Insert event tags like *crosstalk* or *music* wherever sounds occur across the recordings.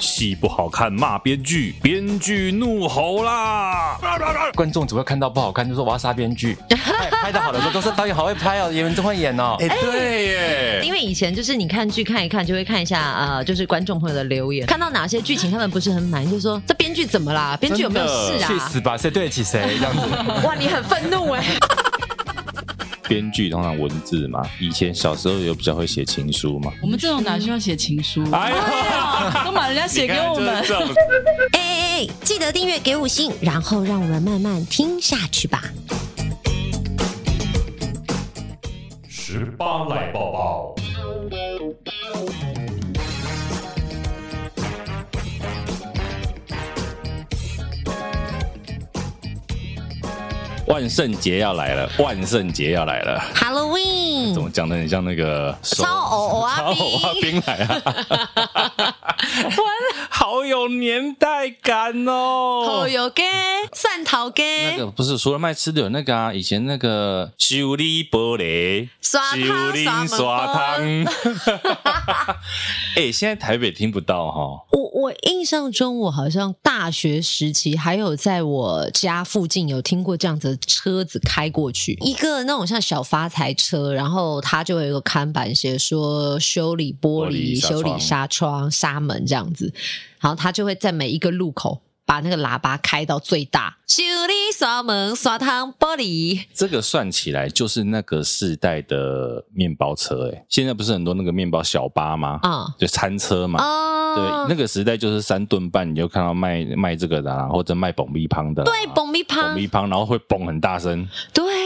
戏不好看骂编剧，编剧怒吼啦！观众只会看到不好看，就说我要杀 *laughs* 编剧。拍拍的好的时候都说导演好会拍哦，演员真会演哦。哎、对耶，因为以前就是你看剧看一看，就会看一下呃，就是观众朋友的留言，看到哪些剧情他们不是很满意，就说这编剧怎么啦？编剧有没有事去啊？死吧，谁对得起谁这样子？哇，你很愤怒哎、编剧通常文字嘛，以前小时候有比较会写情书嘛。我们这种哪需要写情书？哎呦，都把人家写给我们你看就是。这种哎哎哎，记得订阅给五星，然后让我们慢慢听下去吧。十八来抱抱。万圣节要来了，万圣节要来了， Halloween，怎么讲的很像那个手超偶偶超啊偶啊冰，冰来啊！好有年代感哦！有给蒜头那给个不是，除了卖吃的有那个啊，以前那个修理玻璃、刷汤修理刷门刷汤。 *laughs* 哎、现在台北听不到哈、哦，我我印象中，我好像大学时期还有在我家附近有听过这样子的车子开过去，一个那种像小发财车，然后它就有一个看板写说修理玻玻璃、璃修理纱纱窗、纱门这样子，然后它就会在每一个路口把那个喇叭开到最大，修理纱门、刷汤玻璃。这个算起来就是那个世代的面包车、哎，现在不是很多那个面包小巴吗？啊就餐车嘛。哦，对，那个时代就是三顿半，你就看到卖卖这个的啦，或者卖蹦米汤的啦，啊对蹦米蹦胖米，汤，然后会蹦很大声，对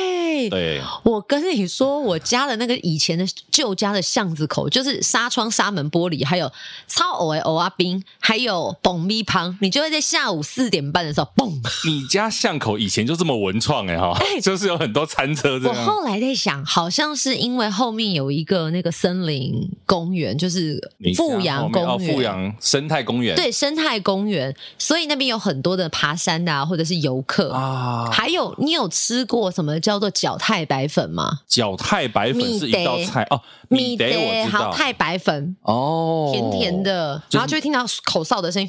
对，我跟你说，我家的那个以前的旧家的巷子口，就是纱窗、纱门玻璃，还有超偶哎偶啊冰，还有蹦咪旁，你就会在下午四点半的时候蹦。你家巷口以前就这么文创哎哈，就是啊有很多餐车这我样。后来在想，好像是因为后面有一个那个森林公园，就是你家富阳后面公哦，富园。阳生态公园对生态公园，所以那边有很多的爬山的、啊，或者是游客。啊，还有，你有吃过什么叫做脚太白粉吗？脚太白粉是一道菜哦，米得我知好道太白粉，哦，甜甜的，就是然后就会听到口哨的声音，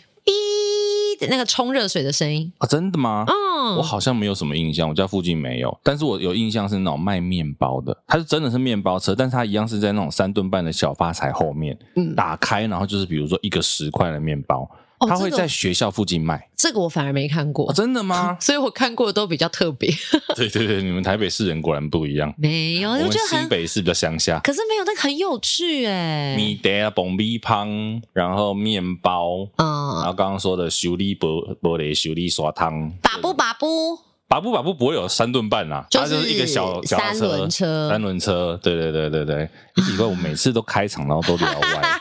哔的那个冲热水的声音。啊，真的吗？嗯，我好像没有什么印象，我家附近没有，但是我有印象是那种卖面包的，它是真的是面包车，但是它一样是在那种三顿半的小发财后面，嗯打开，然后就是比如说一个十块的面包，哦它会这个在学校附近卖，这个我反而没看过？哦，，真的吗所以我看过的都比较特 *laughs* 别。对对对，你们台北市人果然不一样，没有，我我们觉得新哦很，北市比较乡下。可是没有那个很有趣哎、米德啊，蹦米汤，然后面包，然嗯，后刚刚说的修理玻玻璃修理刷汤，把布把布，把布把布不会有三吨半啦、啊就它就是一个小是小三轮车三轮车，对对对对对，你奇怪，我每次都开场然后都聊 *laughs* 歪，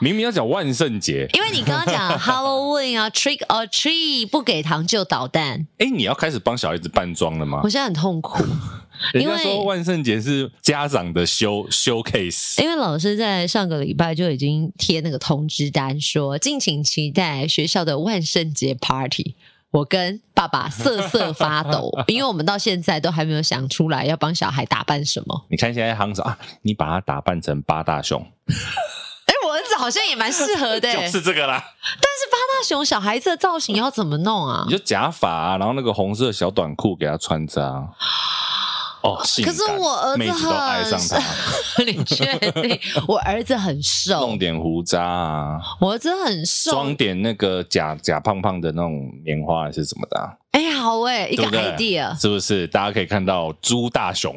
明明要讲万圣节，因为你刚刚 *laughs* 讲 Halloween 啊，Trick or Treat，不给糖就捣蛋，哎，你要开始帮小孩子扮装了吗我？现在很痛苦，人因家为说万圣节是家长的 show showcase，因为老师在上个礼拜就已经贴那个通知单说，敬请期待学校的万圣节 party。我跟爸爸瑟瑟发抖，因为我们到现在都还没有想出来要帮小孩打扮什么。你看现在行长啊，你把它打扮成八大熊，哎，我儿子好像也蛮适合的、 *laughs* 就是这个啦。但是八大熊小孩子的造型要怎么弄啊 *laughs* 你？就假发、啊，然后那个红色小短裤给他穿着啊。哦，性感可是我儿子妹子都爱上他，你确定？我儿子很瘦弄，点胡渣啊，我儿子很瘦装。点那个假假胖胖的那种棉花还是什么的啊、哎、好哎、一个对不对 idea。是不是？大家可以看到猪大熊，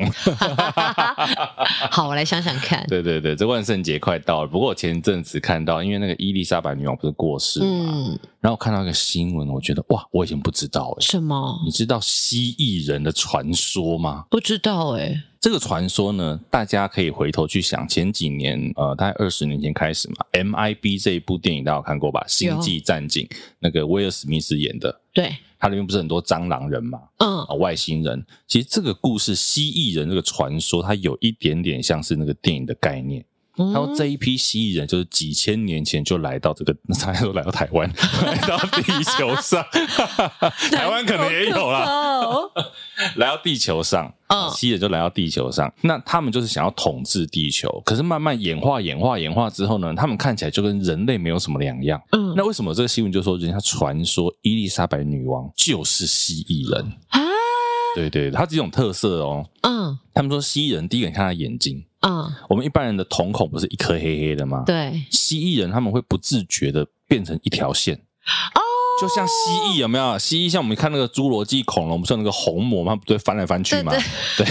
好，我来想想看。 *laughs* 对对对，这万圣节快到了。不过我前阵子看到，因为那个伊丽莎白女王不是过世嘛，嗯，然后看到一个新闻，我觉得哇，我以前不知道哎、什么？你知道蜥蜴人的传说吗？不知道哎、这个传说呢，大家可以回头去想，前几年，呃，大概二十年前开始嘛，MIB 这一部电影大家有看过吧？《星际战警》那个威尔史密斯演的，对，它里面不是很多蟑螂人嘛，嗯啊，外星人。其实这个故事蜥蜴人这个传说，它有一点点像是那个电影的概念，他说这一批蜥蜴人就是几千年前就来到这个， *laughs* 大家都来到台湾， *laughs* 来到地球 *laughs* 上，台湾可能也有啦，哦，来到地球上，嗯蜥蜴人就来到地球上。那他们就是想要统治地球，可是慢慢演化、演化、演化之后呢，他们看起来就跟人类没有什么两样。嗯那为什么这个新闻就说人家传说伊丽莎白女王就是蜥蜴人？啊，对对，它几种特色哦。嗯他们说蜥蜴人，第一个你看他眼睛，嗯，我们一般人的瞳孔不是一颗黑黑的吗？，对，蜥蜴人他们会不自觉的变成一条线。哦就像蜥蜴有没有？蜥蜴像我们看那个《侏罗纪恐龙》，不是有那个虹膜吗？它不对，翻来翻去嘛。对，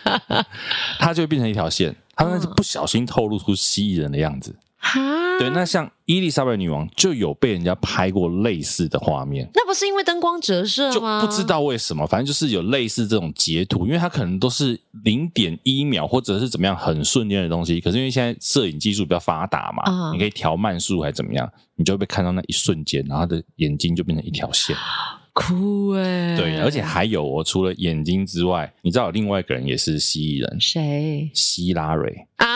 *laughs* 它就会变成一条线。它那是不小心透露出蜥蜴人的样子。哈，对，那像伊丽莎白女王就有被人家拍过类似的画面，那不是因为灯光折射就吗？不知道为什么，反正就是有类似这种截图，因为它可能都是零点一秒或者是怎么样很瞬间的东西。可是因为现在摄影技术比较发达嘛，啊你可以调慢速还怎么样，你就会被看到那一瞬间，然后他的眼睛就变成一条线。啊哭哎，对，而且还有哦，除了眼睛之外，你知道有另外一个人也是蜥蜴人，谁希拉蕊。啊？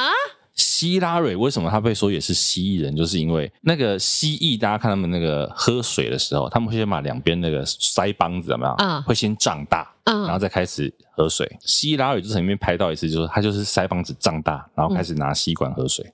希拉蕊为什么他被说也是蜥蜴人？就是因为那个蜥蜴，大家看他们那个喝水的时候，他们会先把两边那个腮帮子有没有？嗯会先胀大，嗯然后再开始喝水。希拉蕊就曾经拍到一次，就是他就是腮帮子胀大，然后嗯开始拿吸管喝水，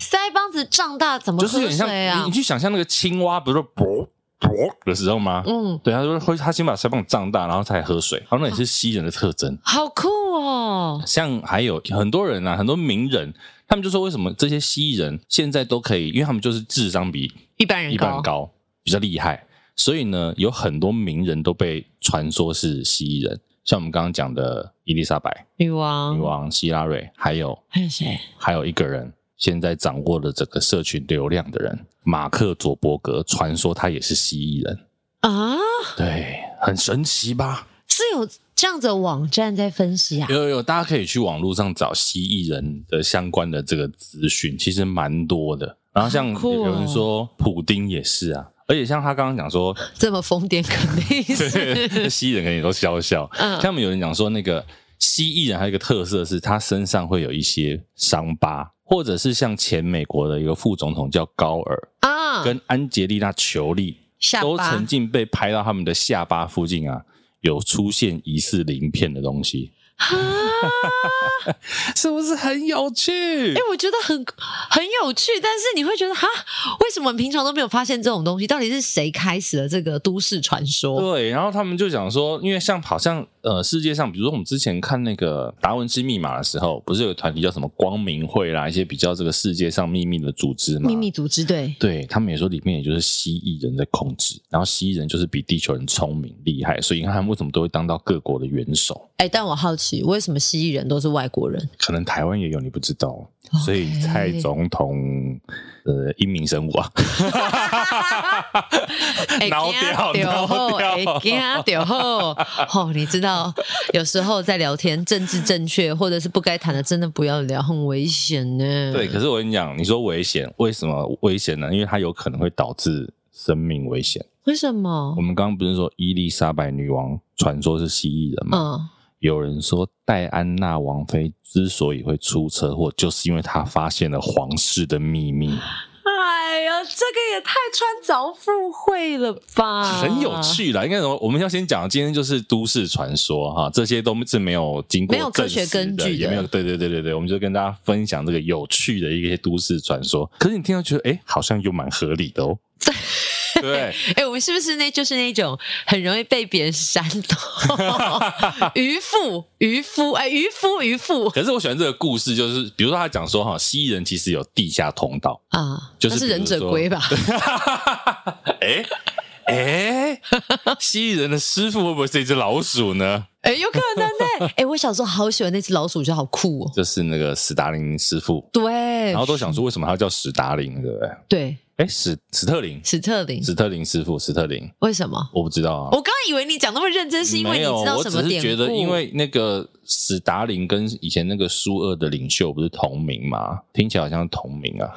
腮帮子胀大怎么就是有喝点像、水啊你你？去想象那个青蛙不是啵啵的时候吗？嗯，对，他说会，他先把腮帮子胀大，然后才喝水，然后那也是蜥蜴人的特征。好酷哦！像还有很多人啊，很多名人，他们就说为什么这些蜥蜴人现在都可以，因为他们就是智商比一般人一般人高，比较厉害，所以呢，有很多名人都被传说是蜥蜴人，像我们刚刚讲的伊丽莎白女王女王、希拉蕊，还有还有谁？还有一个人。现在掌握了整个社群流量的人，马克·佐伯格，传说他也是蜥蜴人，啊，对，很神奇吧？是有这样子的网站在分析啊？有有有，大家可以去网络上找蜥蜴人的相关的这个资讯，其实蛮多的。然后像好酷哦有人说，普丁也是啊，而且像他刚刚讲 *laughs* 说， *laughs* 这么疯癫肯定对是蜥蜴人肯定都笑笑。嗯像我们有人讲说，那个蜥蜴人还有一个特色是，他身上会有一些伤疤，或者是像前美国的一个副总统叫高尔，啊，跟安吉丽娜·裘丽下都巴曾经被拍到他们的下巴附近啊，有出现疑似鳞片的东西。啊。是不是很有趣哎、？我觉得很很有趣，但是你会觉得哈，为什么平常都没有发现这种东西？到底是谁开始了这个都市传说？对，然后他们就讲说，因为像好像呃，世界上，比如说我们之前看那个《达文西密码》的时候，不是有个团体叫什么光明会啦，一些比较这个世界上秘密的组织嘛，秘密组织对，对他们也说里面也就是蜥蜴人在控制，然后蜥蜴人就是比地球人聪明厉害，所以你看他们为什么都会当到各国的元首，哎、但我好奇，为什么蜥蜴人都是外国人？可能台湾也有你不知道哦，所以 OK 蔡总统呃英明神武啊， *laughs* 挠掉挠掉哎，惊掉后， *laughs* 哦，你知道，有时候在聊天政治正确或者是不该谈的，真的不要聊，很危险呢。 *laughs* 对，可是我跟你讲，你说危险，为什么危险呢？因为它有可能会导致生命危险。为什么我？们刚刚不是说伊丽莎白女王传说是蜥蜴人吗？嗯，有人说戴安娜王妃之所以会出车祸，就是因为她发现了皇室的秘密，哎呀，这个也太穿凿附会了吧，很有。趣啦。应该怎么？我们要先讲，今天就是都市传说哈，这些都是没有经过没有证科实学根的据的也没有对对对对对，我们就跟大家分享这个有趣的一些都市传说。可是你听到觉得，哎、好像又蛮合理的哦。对，哎、我们是不是那就是那种很容易被别人煽动？渔夫，渔夫，哎、渔夫，渔 *laughs* 夫可是我喜欢这个故事，就是比如说他讲说哈，蜥蜴人其实有地下通道，啊，就是那是比如忍者说龟吧？哎哎，蜥蜴人的师傅会不会是一只老鼠呢？哎、有可能呢、哎、我小时候好喜欢那只老鼠，我觉得好酷哦。就是那个史达林师傅，对，然后都想说为什么他叫史达林，对不对？对哎，史史特林，史特林，史特林师傅，史特林，为什么？我不知道啊。我刚刚以为你讲那么认真，哦是因为没你有，知道我什只么典是故？觉得，因为那个史达林跟以前那个苏俄的领袖不是同名吗？听起来好像同名啊。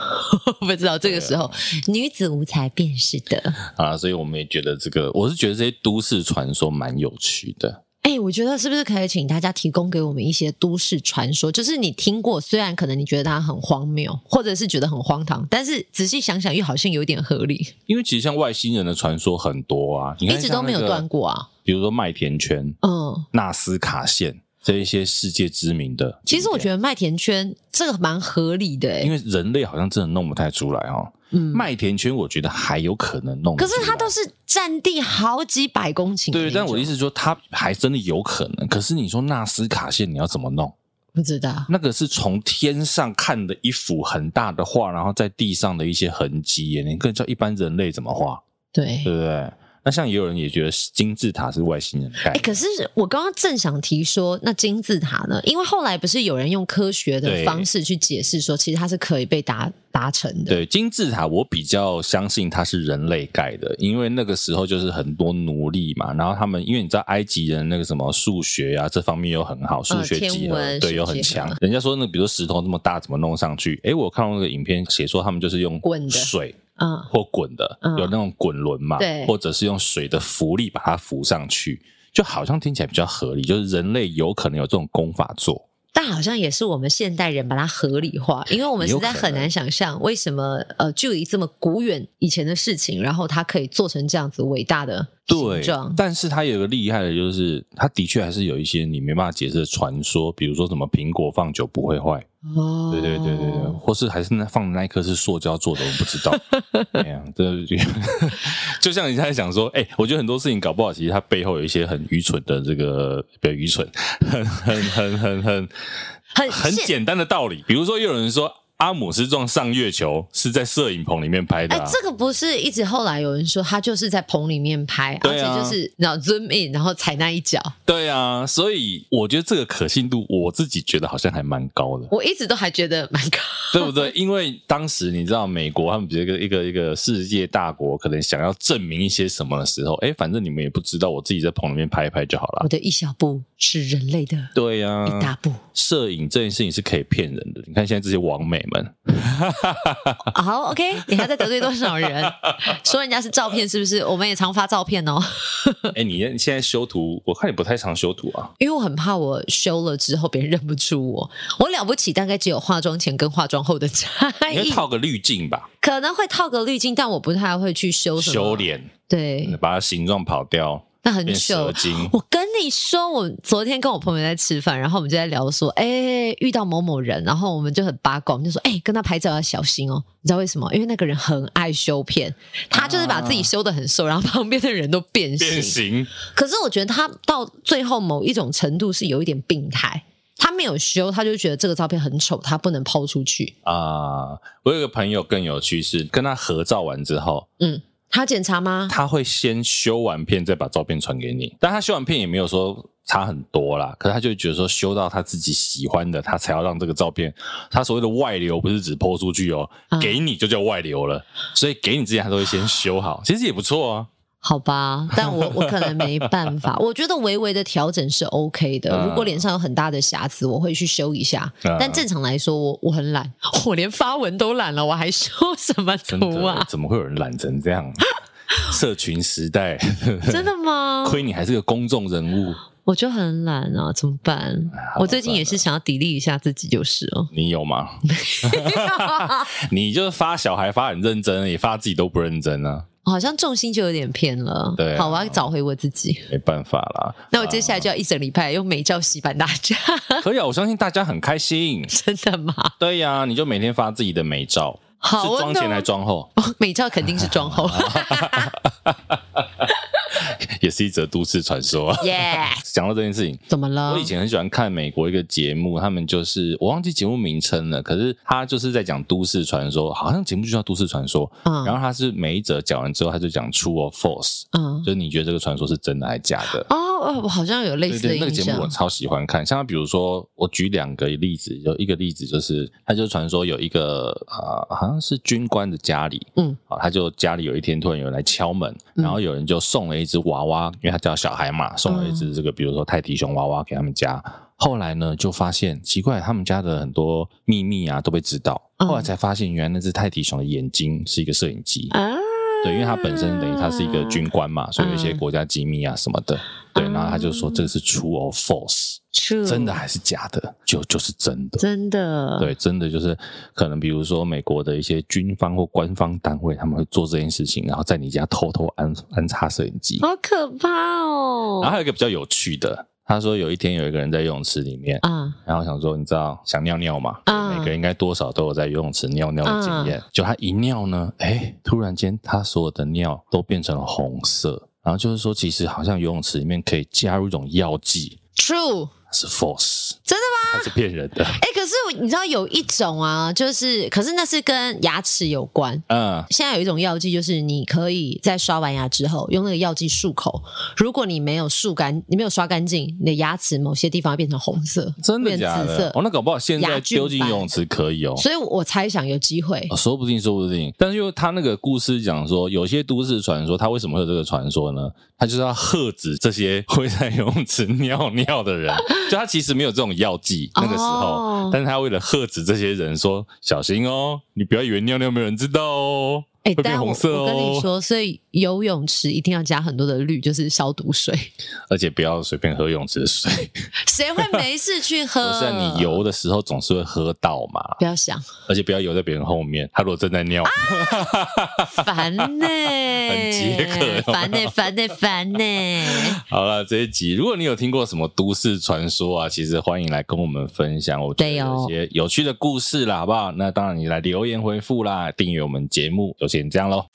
我不知道这个时候女子无才便是德。啊，所以我们也觉得这个，我是觉得这些都市传说蛮有趣的。哎、哎、我觉得是不是可以请大家提供给我们一些都市传说？就是你听过，虽然可能你觉得它很荒谬，或者是觉得很荒唐，但是仔细想想又好像有点合理，因为其实像外星人的传说很多啊，你看一直像都没有那个断过啊。比如说麦田圈、嗯，纳斯卡线这一些世界知名的。其实我觉得麦田圈这个蛮合理的、欸，因为人类好像真的弄不太出来哦。嗯，麦田圈我觉得还有可能弄得可出是来，它都是占地好几百公顷的那种。对，但我的意思是说，它还真的有可能。可是你说纳斯卡线你要怎么弄？不知道。那个是从天上看的一幅很大的画，然后在地上的一些痕迹耶，你更叫一般人类怎么画，对，对不对？那像也有人也觉得金字塔是外星人盖哎、的，可是我刚刚正想提说，那金字塔呢？因为后来不是有人用科学的对方式去解释说，其实它是可以被达达成的。对金字塔，我比较相信它是人类盖的，因为那个时候就是很多奴隶嘛，然后他们因为你知道埃及人那个什么数学啊这方面又很好，数学嗯天几何、文对数又学很强啊。人家说那比如石头那么大怎么弄上去？诶，我看到那个影片写说他们就是用滚的水嗯，或滚的，嗯有那种滚轮嘛，对或者是用水的浮力把它浮上去，就好像听起来比较合理，就是人类有可能有这种功法做。但好像也是我们现代人把它合理化，因为我们实有在可很能难想象为什么呃，距离这么古远以前的事情，然后它可以做成这样子伟大的形对状，。但是它有一个厉害的，就是它的确还是有一些你没办法解释的传说，比如说什么苹果放久不会坏，哦，对对对对对，或是还是那放的那一颗是塑胶做的，我不知 *laughs* 道。哎呀，这就像你现在想说，哎、我觉得很多事情搞不好，其实它背后有一些很愚蠢的这个，不要愚蠢， *laughs* 很很很很很很很现简单的道理，比如说又有人说。阿姆斯壮上月球是在摄影棚里面拍的、哎、啊，这个不是一直后来有人说他就是在棚里面拍，对啊而且就是然后 zoom in，然后踩那一脚。对啊，所以我觉得这个可信度，我自己觉得好像还蛮高 *laughs*，的我一直都还觉得蛮高。对不对？因为当时你知道，美国他们一个一个一个世界大国，可能想要证明一些什么的时候，哎，反正你们也不知道，我自己在棚里面拍一拍就好我了。的一小步是人类的对呀、嗯一大 *laughs* 步。摄影这件事情是可以骗人的。你看现在这些网美 *laughs* 们，好，OK，你还在得罪多少人？说人家是照片是不是？我们也常发照片哦，哎，你你现在修图，我看你不太常修图啊。因为我很怕我修了之后别人认不出我。我了不起，大概只有化妆前跟化妆后的差你会异，套个滤镜吧，可能会套个滤镜，但我不太会去修什么修。脸，对，把它形状跑掉，那嗯 *laughs* 很变糗蛇。精。我跟你说，我昨天跟我朋友在吃饭，然后我们就在聊说，哎、遇到某某人，然后我们就很八卦，我们就说，哎、跟他拍照要小心哦。你知道为什么？因为那个人很爱修片，他就是把自己修的很瘦，然后旁边的人都变形。啊变形，可是我觉得他到最后某一种程度是有一点病态，他没有修，他就觉得这个照片很丑，他不能抛出去。啊、我有个朋友更有趣是，跟他合照完之后，嗯，他检查吗？他会先修完片，再把照片传给你。但他修完片也没有说差很多啦，可是他就觉得说修到他自己喜欢的，他才要让这个照片。他所谓的外流不是只抛出去哦嗯，给你就叫外流了。所以给你之前他都会先修好，其实也不错啊。好吧，但我我可能没办 *laughs* 法。我觉得微微的调整是 OK 的。嗯如果脸上有很大的瑕疵，我会去修一下。嗯但正常来说，我我很懒，我连发文都懒了，我还修什么真的图，啊？怎么会有人懒成这样？ *laughs* 社群时代， *laughs* 真的吗？亏你还是个公众人物，我就很懒啊，怎么办哎好？吧我最近也是想要砥砺一下自己，就是哦。你有吗？ *laughs* 你就是发小孩发很认真，也发自己都不认真啊，好像重心就有点偏了。对啊好，我要找回我自己。没办法啦。那我接下来就要一整礼拜用美照洗版大家，可以啊，我相信大家很开心。 *laughs* 真的吗？对呀、你就每天发自己的美照，好，是我妆前还是弄妆后，哦美照肯定是妆后， *laughs* 啊也是一则都市传说。啊 *laughs* 耶！讲到这件事情，怎么了？我以前很喜欢看美国一个节目，他们就是我忘记节目名称了，可是他就是在讲都市传说，好像节目就叫都市传说。嗯然后他是每一则讲完之后，他就讲 true or false，嗯就是你觉得这个传说是真的还是假的？哦，哦我好像有类对似的对，那个印节象目我。超喜欢看。像比如说，我举两个例子，有一个例子就是，他就传说有一个呃，好像是军官的家里，嗯，啊，他就家里有一天突然有人来敲门，嗯然后有人就送了一只娃娃，因为他叫小孩嘛，送了一只这个，比如说泰迪熊娃娃给他们家。后来呢，就发现奇怪，他们家的很多秘密啊都被知道。嗯后来才发现，原来那只泰迪熊的眼睛是一个摄影机。啊，对，因为他本身等于他是一个军官嘛，所以有一些国家机密啊什么的。对，然后他就说这个是 true or false， True 真的还是假的？就就是真的。真的，对，真的就是可能，比如说美国的一些军方或官方单位，他们会做这件事情，然后在你家偷偷安安插摄影机。好可怕然后哦！还有一个比较有趣的，他说有一天有一个人在游泳池里面，啊，然后想说你知道想尿尿嘛，嗯每个人应该多少都有在游泳池尿尿啊的经验。就他一尿呢，哎，突然间他所有的尿都变成红色，然后就是说其实好像游泳池里面可以加入一种药剂， True，是 false，真的它是骗人的。吗？哎、可是我你知道有一种啊，就是可是那是跟牙齿有关。嗯，现在有一种药剂，就是你可以在刷完牙之后用那个药剂漱口。如果你没有漱干，你没有刷干净，你的牙齿某些地方会变成红色，真的变假紫的色？哦，那搞不好现在雅俊丢进游泳池可以哦。所以我猜想有机会哦说不定，说不定，但是因为他那个故事讲说，有些都市传说，他为什么会有这个传说呢？他就是要喝止这些会在游泳池尿尿的人，就他其实没有这种药剂那个时候，哦但是他为了喝止这些人说，小心哦，你不要以为尿尿没有人知道哦，哎、会变但我红色我跟你哦，说，所以游泳池一定要加很多的氯，就是消毒水。 *laughs* 而且不要随便喝游泳池的水，谁会没事去喝？ *laughs* 不是啊你游的时候总是会喝到嘛，不要想，而且不要游在别人后面，他如果正在尿。烦呢、很解渴烦呢、烦呢、烦呢、好了，这一集如果你有听过什么都市传说啊，其实欢迎来跟我们分享，我觉得对哦有一些有趣的故事啦，好不好？那当然你来留言回复啦，订阅我们节目，就先这样喽。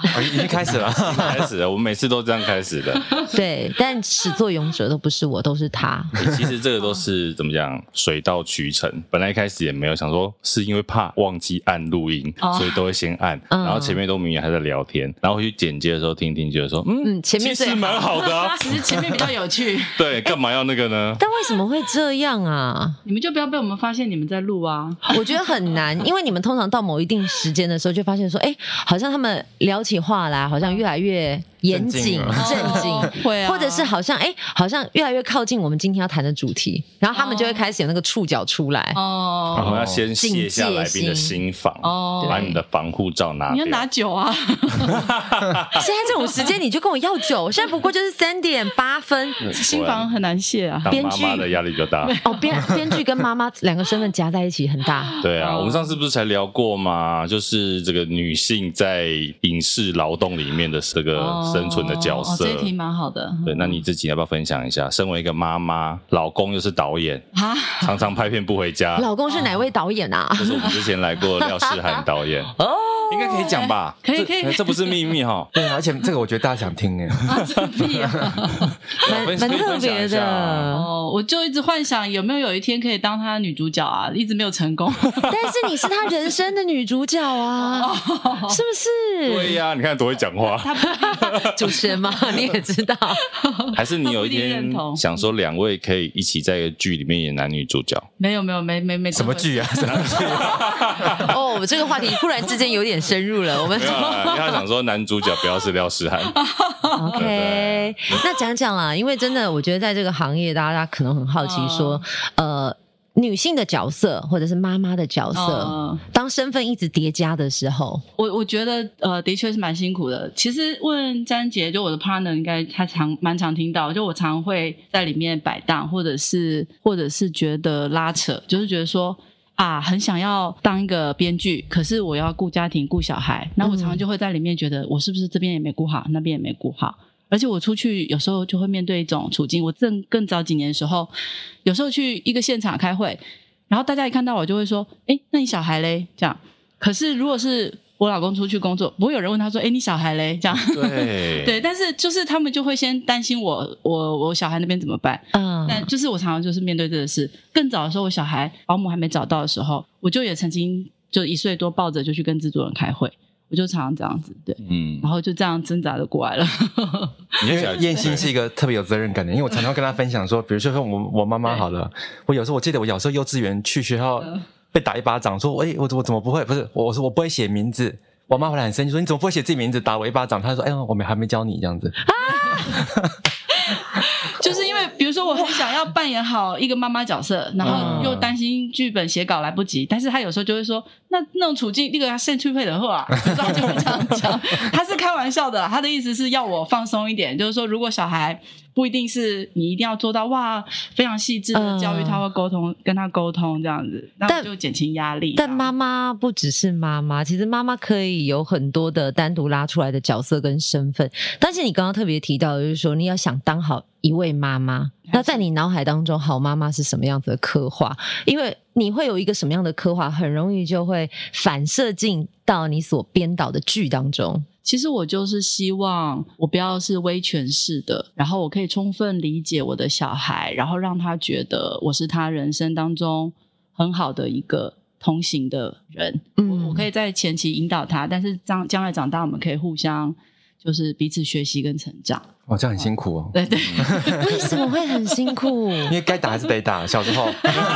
哦已经开 *laughs* 始了。开始了，我们每次都这样开始 *laughs* 的。对，但始作俑者都不是我，都是他。欸其实这个都是怎么讲，水到渠成。本来一开始也没有想说，是因为怕忘记按录音，哦所以都会先按，嗯然后前面都明明还在聊天，然后回去剪接的时候听一听，觉得说，嗯，嗯，前面其最实好。蛮好的啊 *laughs* 。其实前面比较有趣，对，干嘛要那个 *laughs* 呢？但为什么会这样啊？你们就不要被我们发现你们在录啊。 *laughs* 我觉得很难，因为你们通常到某一定时间的时候，就发现说，哎、好像他们聊起话来，好像越来越严正谨、经了正 *laughs* 经，哦会啊，或者是好像哎、诶好像越来越靠近我们今天要谈的主题，然后他们就会开始有那个触角出来。我哦们要先卸下来宾的心防，哦，把你的防护罩拿你掉要。拿酒啊，现在这种时间你就跟我要酒，现在不过就是三点 *laughs* 八分。心房很难卸啊。当编妈剧妈的压力比较 *laughs* 大。哦，编编剧跟妈妈两个身份夹在一起很 *laughs* 大。对啊，哦我们上次不是才聊过吗？就是这个女性在影视劳动里面的这个生存的角色。哦这一题蛮好的。对，那你自己要不要分享一下？身为一个妈妈，老公又是导 *laughs* 演，啊，常常拍片不回家，老公是哪位导演 *laughs* 啊？就是我们之前来过的廖世涵导 *laughs* 演，哦，应该可以讲吧？可以这可以呃这不是秘密 *laughs* 哈。对啊，而且这个我觉得大家想听 *laughs* 哎，屁啊！蛮分蛮分特别分享一下的。哦，我就一直幻想有没有有一天可以当她的女主角啊，一直没有成功。 *laughs* 但是你是他人生的女主角啊，哦是不是？对呀，你看多会讲话。她不主持 *laughs* 人嘛，你也知道，还是你有一他不一定天认同想说两位可以一起在一个剧里面演男女主角？没有没有没没没什么剧啊？什么剧？哦，这个话题忽然之间有点深入了。我 *laughs* 们没 *laughs* 有啦，因为他想说男主角不要是廖世涵，啊 OK，那讲讲啦，因为真的，我觉得在这个行业，大家可能很好奇说，呃，女性的角色或者是妈妈的角色，嗯当身份一直叠加的时候，我我觉得呃，的确是蛮辛苦的。其实问詹姐，就我的 partner 应该他常蛮常听到，就我常会在里面摆荡，或者是或者是觉得拉扯，就是觉得说啊，很想要当一个编剧，可是我要顾家庭顾小孩，那我常常就会在里面觉得我是不是这边也没顾好，那边也没顾好。而且我出去有时候就会面对一种处境。我正更早几年的时候，有时候去一个现场开会，然后大家一看到我就会说：“哎，那你小孩嘞？”这样。可是如果是我老公出去工作，不会有人问他说：“哎，你小孩嘞？”这样。对 *laughs* 对，但是就是他们就会先担心我，我我小孩那边怎么办？嗯，但就是我常常就是面对这个事。更早的时候，我小孩保姆还没找到的时候，我就也曾经就一岁多抱着就去跟制作人开会，我就常常这样子，对，嗯然，后就这样挣扎的过来了。你因也想为燕心是一个特别有责任感的，因为我常常跟她分享说，比如说说我我妈妈好了，嗯我有时候我记得我小时候幼稚园去学校被打一巴掌，说哎、我我怎么不会？不是我我说我不会写名字，我妈回来很生气说你怎么不会写自己名字？打我一巴掌，她说哎、呦我们还没教你这样子， *laughs* 就是演好一个妈妈角色，然后嗯又担心剧本写稿来不及，但是他有时候就会说，那那种处境，那个肾去配的话，就是他就会这样 *laughs* 讲，他是开玩笑的啦，他的意思是要我放松一点，就是说如果小孩。不一定是你一定要做到哇，非常细致的教育他嗯或沟通，跟他沟通这样子，那但我就减轻压力。啊但妈妈不只是妈妈，其实妈妈可以有很多的单独拉出来的角色跟身份。但是你刚刚特别提到，就是说你要想当好一位妈妈，那在你脑海当中，好妈妈是什么样子的刻画？因为你会有一个什么样的刻画，很容易就会反射进到你所编导的剧当中。其实我就是希望我不要是威权式的，然后我可以充分理解我的小孩，然后让他觉得我是他人生当中很好的一个同行的人。嗯我我可以在前期引导他，但是将将来长大，我们可以互相就是彼此学习跟成长。哇，这样很辛 *laughs* 苦哦，对对，嗯为什么会很辛苦？ *laughs* 因为该打还是得打。小时候，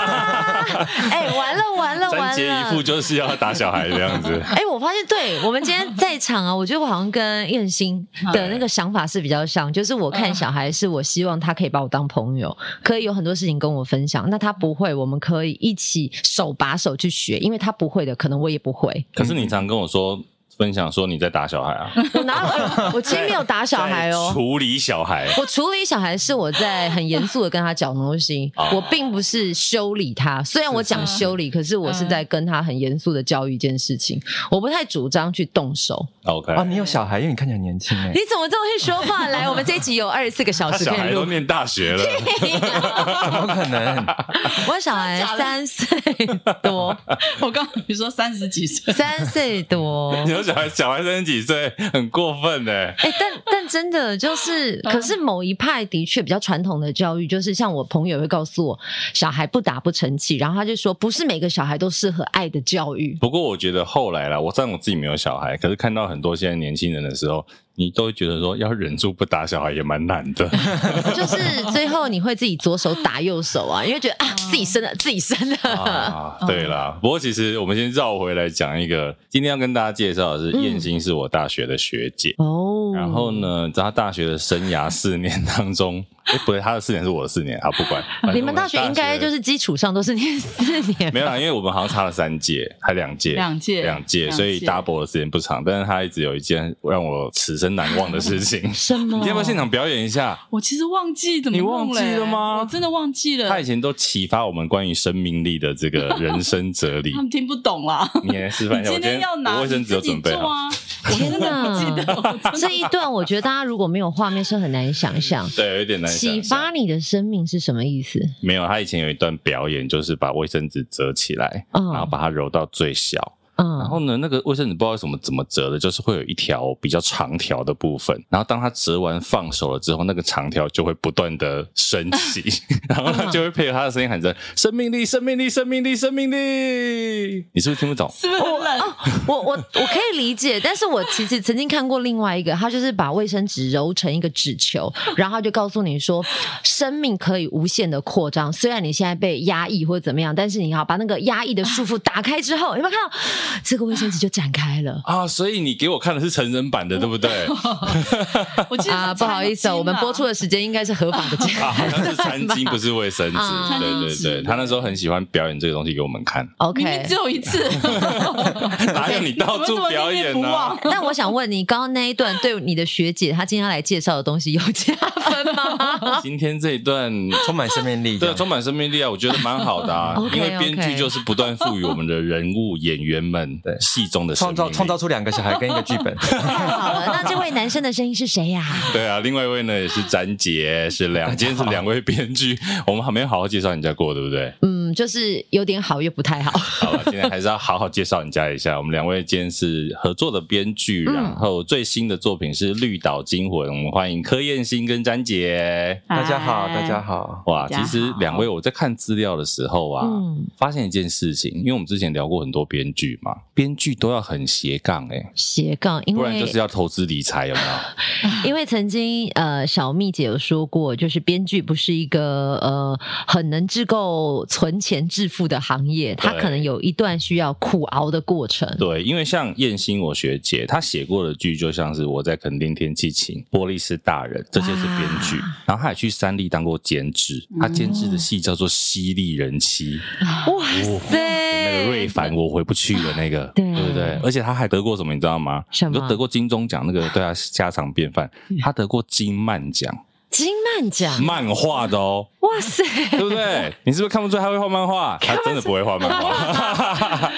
哎、完了完 *laughs* 了三完姐一了！副就是要打小孩的样子。 *laughs* 哎、我发现，对我们今天在场啊，我觉得我好像跟燕心的那个想法是比较像，就是我看小孩是我希望他可以把我当朋友，可以有很多事情跟我分享。那他不会，我们可以一起手把手去学，因为他不会的，可能我也不会。 *laughs* 可是你常跟我说分享说你在打小孩啊，我哪有？哎我今天没有打小孩在哦。处理小孩。我处理小孩是我在很严肃的跟他讲东西哦，我并不是修理他。虽然我讲修理，可是我是在跟他很严肃的教育一件事情。我不太主张去动手。 OK，啊，你有小孩，因为你看起来很年轻哎 *laughs* *laughs* 你。怎么这么会说话？来，我们这一集有二十四个小他时小可以孩哦录都。念大学了，怎么可能？ *laughs* 我小孩三岁多， *laughs* 我刚刚你说三十几 *laughs* 岁，三岁 *laughs* 多。你说小孩小孩三十几岁，很过分欸呢、哎、但但真的就是，可是某一派的确比较传统的教育，就是像我朋友会告诉我，小孩不打不成器，然后他就说，不是每个小孩都适合爱的 *laughs* 教育。不过我觉得后来啦，我虽然我自己没有小孩，可是看到很多现在年轻人的时候，你都会觉得说要忍住不打小孩也蛮难的。就是最后你会自己左手打右手啊，因为觉得啊自己生嗯的自己生 *laughs* 的， *laughs* 啊，对啦。嗯不过其实我们先绕回来讲一个，今天要跟大家介绍的是嗯燕心是我大学的学姐。嗯哦，然后呢，在她大学的生涯四年当中， *laughs* 哎，不对，她的四年是我的四年啊，不 *laughs* 管。反正你我们大学应该就是基础上都是念四年没有啦，因为我们好像差了三届，还两届，两届两届，两所以届 double 的时间不长。但是她一直有一件让我此生难忘的事 *laughs* 情。什么？你要不哦要现场表演一下？我其实忘记怎么你弄忘了欸记了吗我真的忘记了，他以前都启发我们关于生命力的这个人生哲理 *laughs* 他。们听不懂啦。你来示范你一下，我今天要拿我卫生你纸有自己准备做好。啊！我真的不记得，我真的 *laughs* 这一段我觉得大家如果没有画面是很难想象。对，有点难想启象发你的生命是什么意思？没有，他以前有一段表演，就是把卫生纸折起来，嗯然后把它揉到最小。嗯，然后呢，那个卫生纸不知道怎么怎么折的，就是会有一条比较长条的部分。然后当它折完放手了之后，那个长条就会不断的升 *laughs* 起， *laughs* 然后它就会配合它的声音喊着“生命力，生命力，生命力，生命力”。你是不是听不懂？是不是很冷？我我我可以理解，但是我其实曾经看过另外一个，他就是把卫生纸揉成一个纸球，然后他就告诉你说，生命可以无限的扩张，虽然你现在被压抑或者怎么样，但是你要把那个压抑的束缚打开之后，有没有看到这个卫生纸就展开了？啊，所以你给我看的是成人版哦的，对 *laughs* 不对？我记得啊，不好意思、哦，我们播出的的时间应该是合法的 *laughs* 间。啊， *laughs* 好像是餐巾，不是卫生纸。啊对对对，他那时候很喜欢表演这个东西给我们看，明明 OK，只有 *laughs* *laughs* 一次，哪有你 *laughs* 到处表演啊怎么这么念念不呢、 *laughs* 忘那我想问你，刚刚那一段对你的学姐她今天要来介绍的东西有加分吗？今天这一段。 *laughs* 充满生命力，对，充满生命力啊，我觉得蛮好的 *laughs* 啊 OK，OK 因为编剧就是不断赋予我们的人物、演员们对戏中的生创命造力创造。出两个小孩跟一个剧 *laughs* 本。太 *laughs* 好了，那这位男生的声音是谁呀、对啊，另外一位呢也是詹杰，是两，今天是两位编 *laughs* 剧，我们还没有好好介绍人家过，对不对？嗯，就是有点好，又不太好。好了，今天还是要好好介绍人家一下。我们两位今天是合作的编剧，嗯然后最新的作品是《绿岛惊魂》，我们欢迎柯燕欣跟詹杰。哎大家好，大家。好。哇，大家其好实两位我在看资料的时候啊， *laughs* 嗯，发现一件事情，因为我们之前聊过很多编剧嘛，编剧都要很斜杠哎、斜杠，因不然为就是要投资理财，有没 *laughs* 有？因为曾经呃，小蜜姐有说过，就是编剧不是一个呃很能自够存钱致富的行业，它可能有一段需要苦熬的过程。对，因为像燕心，我学姐她写过的剧，就像是我在垦丁天气晴、玻璃是大人，这些是编剧哇。然后她也去三立当过监制，嗯她监制的戏叫做《犀利人妻》，哦哇那塞，个瑞凡我回不去了，那个 *laughs* 对对不对？而且她还得过什么，你知道吗？什么你说得过金钟奖那个对啊，家常便 *laughs* 饭。她得过金漫奖，金曼奖，漫画的哦，哇塞，对不对？ *laughs* 你是不是看不出她会画漫画？她真的不会画漫画。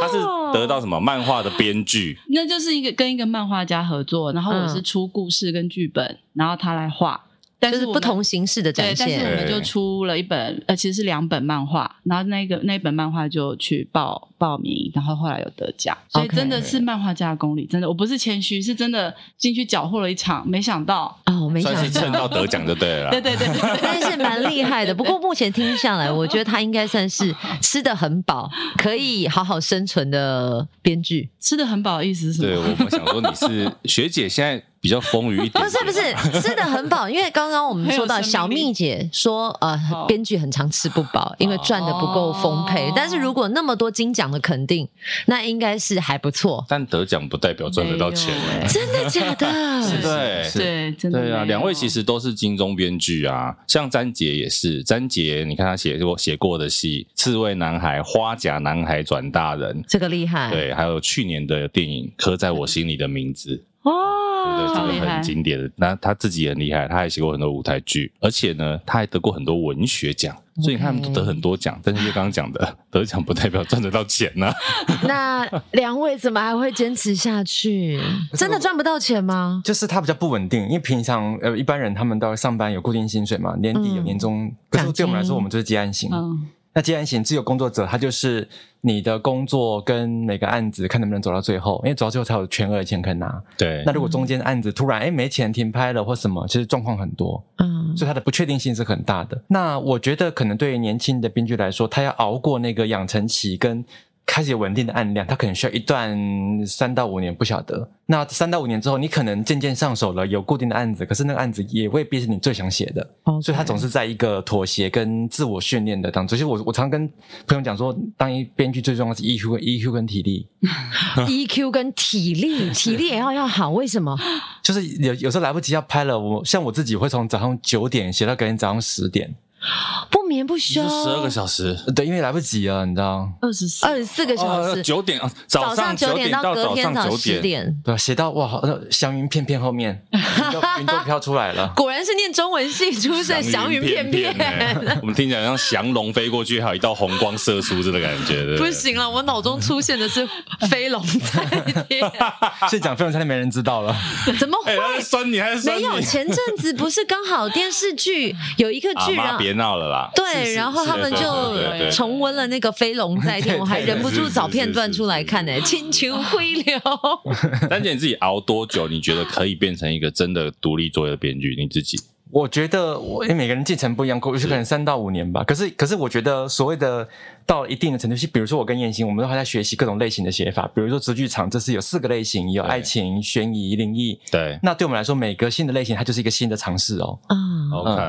她是得到什么漫画的编剧？那就是一个跟一个漫画家合作，然后我是嗯出故事跟剧本，然后他来画，*laughs* 但就是是我不们同形式的对展，但是我现。们就出了一本，呃，其实是两本漫画，然后那个那本漫画就去报报名，然后后来有得奖，所以 OK 真的是漫画家的功力，真的，我不是谦虚，是真的进去搅和了一场，没想到，哦，没想算是到。蹭到得奖就对了啦。对对对对对但是蛮厉害 *laughs* 的，不过目前听下来，我觉得他应该算是吃的很饱，可以好好生存的编剧。 *laughs* 吃的很饱的意思是什对，么？我们想说你是学姐，现在比较丰腴一点。不是不是，吃的很饱，因为刚刚我们 *laughs* 说到很有小生命力蜜姐说，呃哦，编剧很常吃不饱，因为赚的不够丰沛哦。但是如果那么多金奖的肯定，那应该是还不错。但得奖不代表赚得到钱。没有欸真的假的？是对是对，真的对没啊，有两位其实都是金钟编剧啊，像詹杰也是，詹杰你看他写过写过的戏《刺猬男孩》《花甲男孩转大人》，这个厉害，对，还有去年的电影《刻在我心里的名字》，对不哇对？超厉这个害很经典的。那他自己也很厉害，他还写过很多舞台剧，而且呢，他还得过很多文学奖，所以你看他们都得很多奖。但是就刚刚讲的，得奖不代表赚得到钱啊呢、 *laughs* 那两位怎么还会坚持下去？真的赚不到钱吗？就是它比较不稳定，因为平常呃一般人他们到上班有固定薪水嘛，年底有嗯年终，可奖是对我们来金说，我们就是接案型。嗯，那接案型自由工作者，他就是你的工作跟每个案子看能不能走到最后，因为走到最后才有全额的钱可以拿。对那如果中间案子突然哎没钱停拍了或什么，其实状况很多，嗯，所以它的不确定性是很大的。那我觉得可能对于年轻的编剧来说，他要熬过那个养成期跟。开始有稳定的案量，他可能需要一段三到五年，不晓得。那三到五年之后，你可能渐渐上手了，有固定的案子，可是那个案子也未必是你最想写的。所以他总是在一个妥协跟自我训练的当中。其实我我常跟朋友讲说，当一编剧最重要的是 EQ 跟 EQ 跟体力， EQ 跟体力，体力也要要好，为什么？就是有有时候来不及要拍了，我像我自己会从早上九点写到隔天早上十点，不眠不你休，说十二个小时，呃对，因为来不及了，你知道，二十四二十四个小时，九点啊，早上九点到隔早天上早上九十。点。对，写到哇，呃祥云片片后面，云都云都飘出来 *laughs*。了果然是念中文系出身，祥云片片片。欸， *laughs* 我们听起来像降龙飞过去，还有一道红光射出这个感觉，对不对行了，我脑中出现的是飞龙在天，所以讲飞龙餐厅没人知道了，怎么哎，他会在？酸你，还是酸没你？有，前阵子不是刚好电视剧啊有一个阿巨妈人，别闹了啦！是对，是然后他们是对对就对重温了那个飞龙在对天，对我还忍不住找片段出来看呢、是青丘灰流，丹姐，你自己熬多久？你觉得可以变成一个真的独立作业的编剧？你自己我觉得我因为每个人进程不一样，过去可能三到五年吧。可是可是我觉得所谓的到了一定的程度，是比如说我跟燕欣，我们都还在学习各种类型的写法，比如说直剧场，这是有四个类型，有对爱情、悬疑、灵异。对那对我们来说，每个新的类型它就是一个新的尝试哦。嗯啊， ，OK，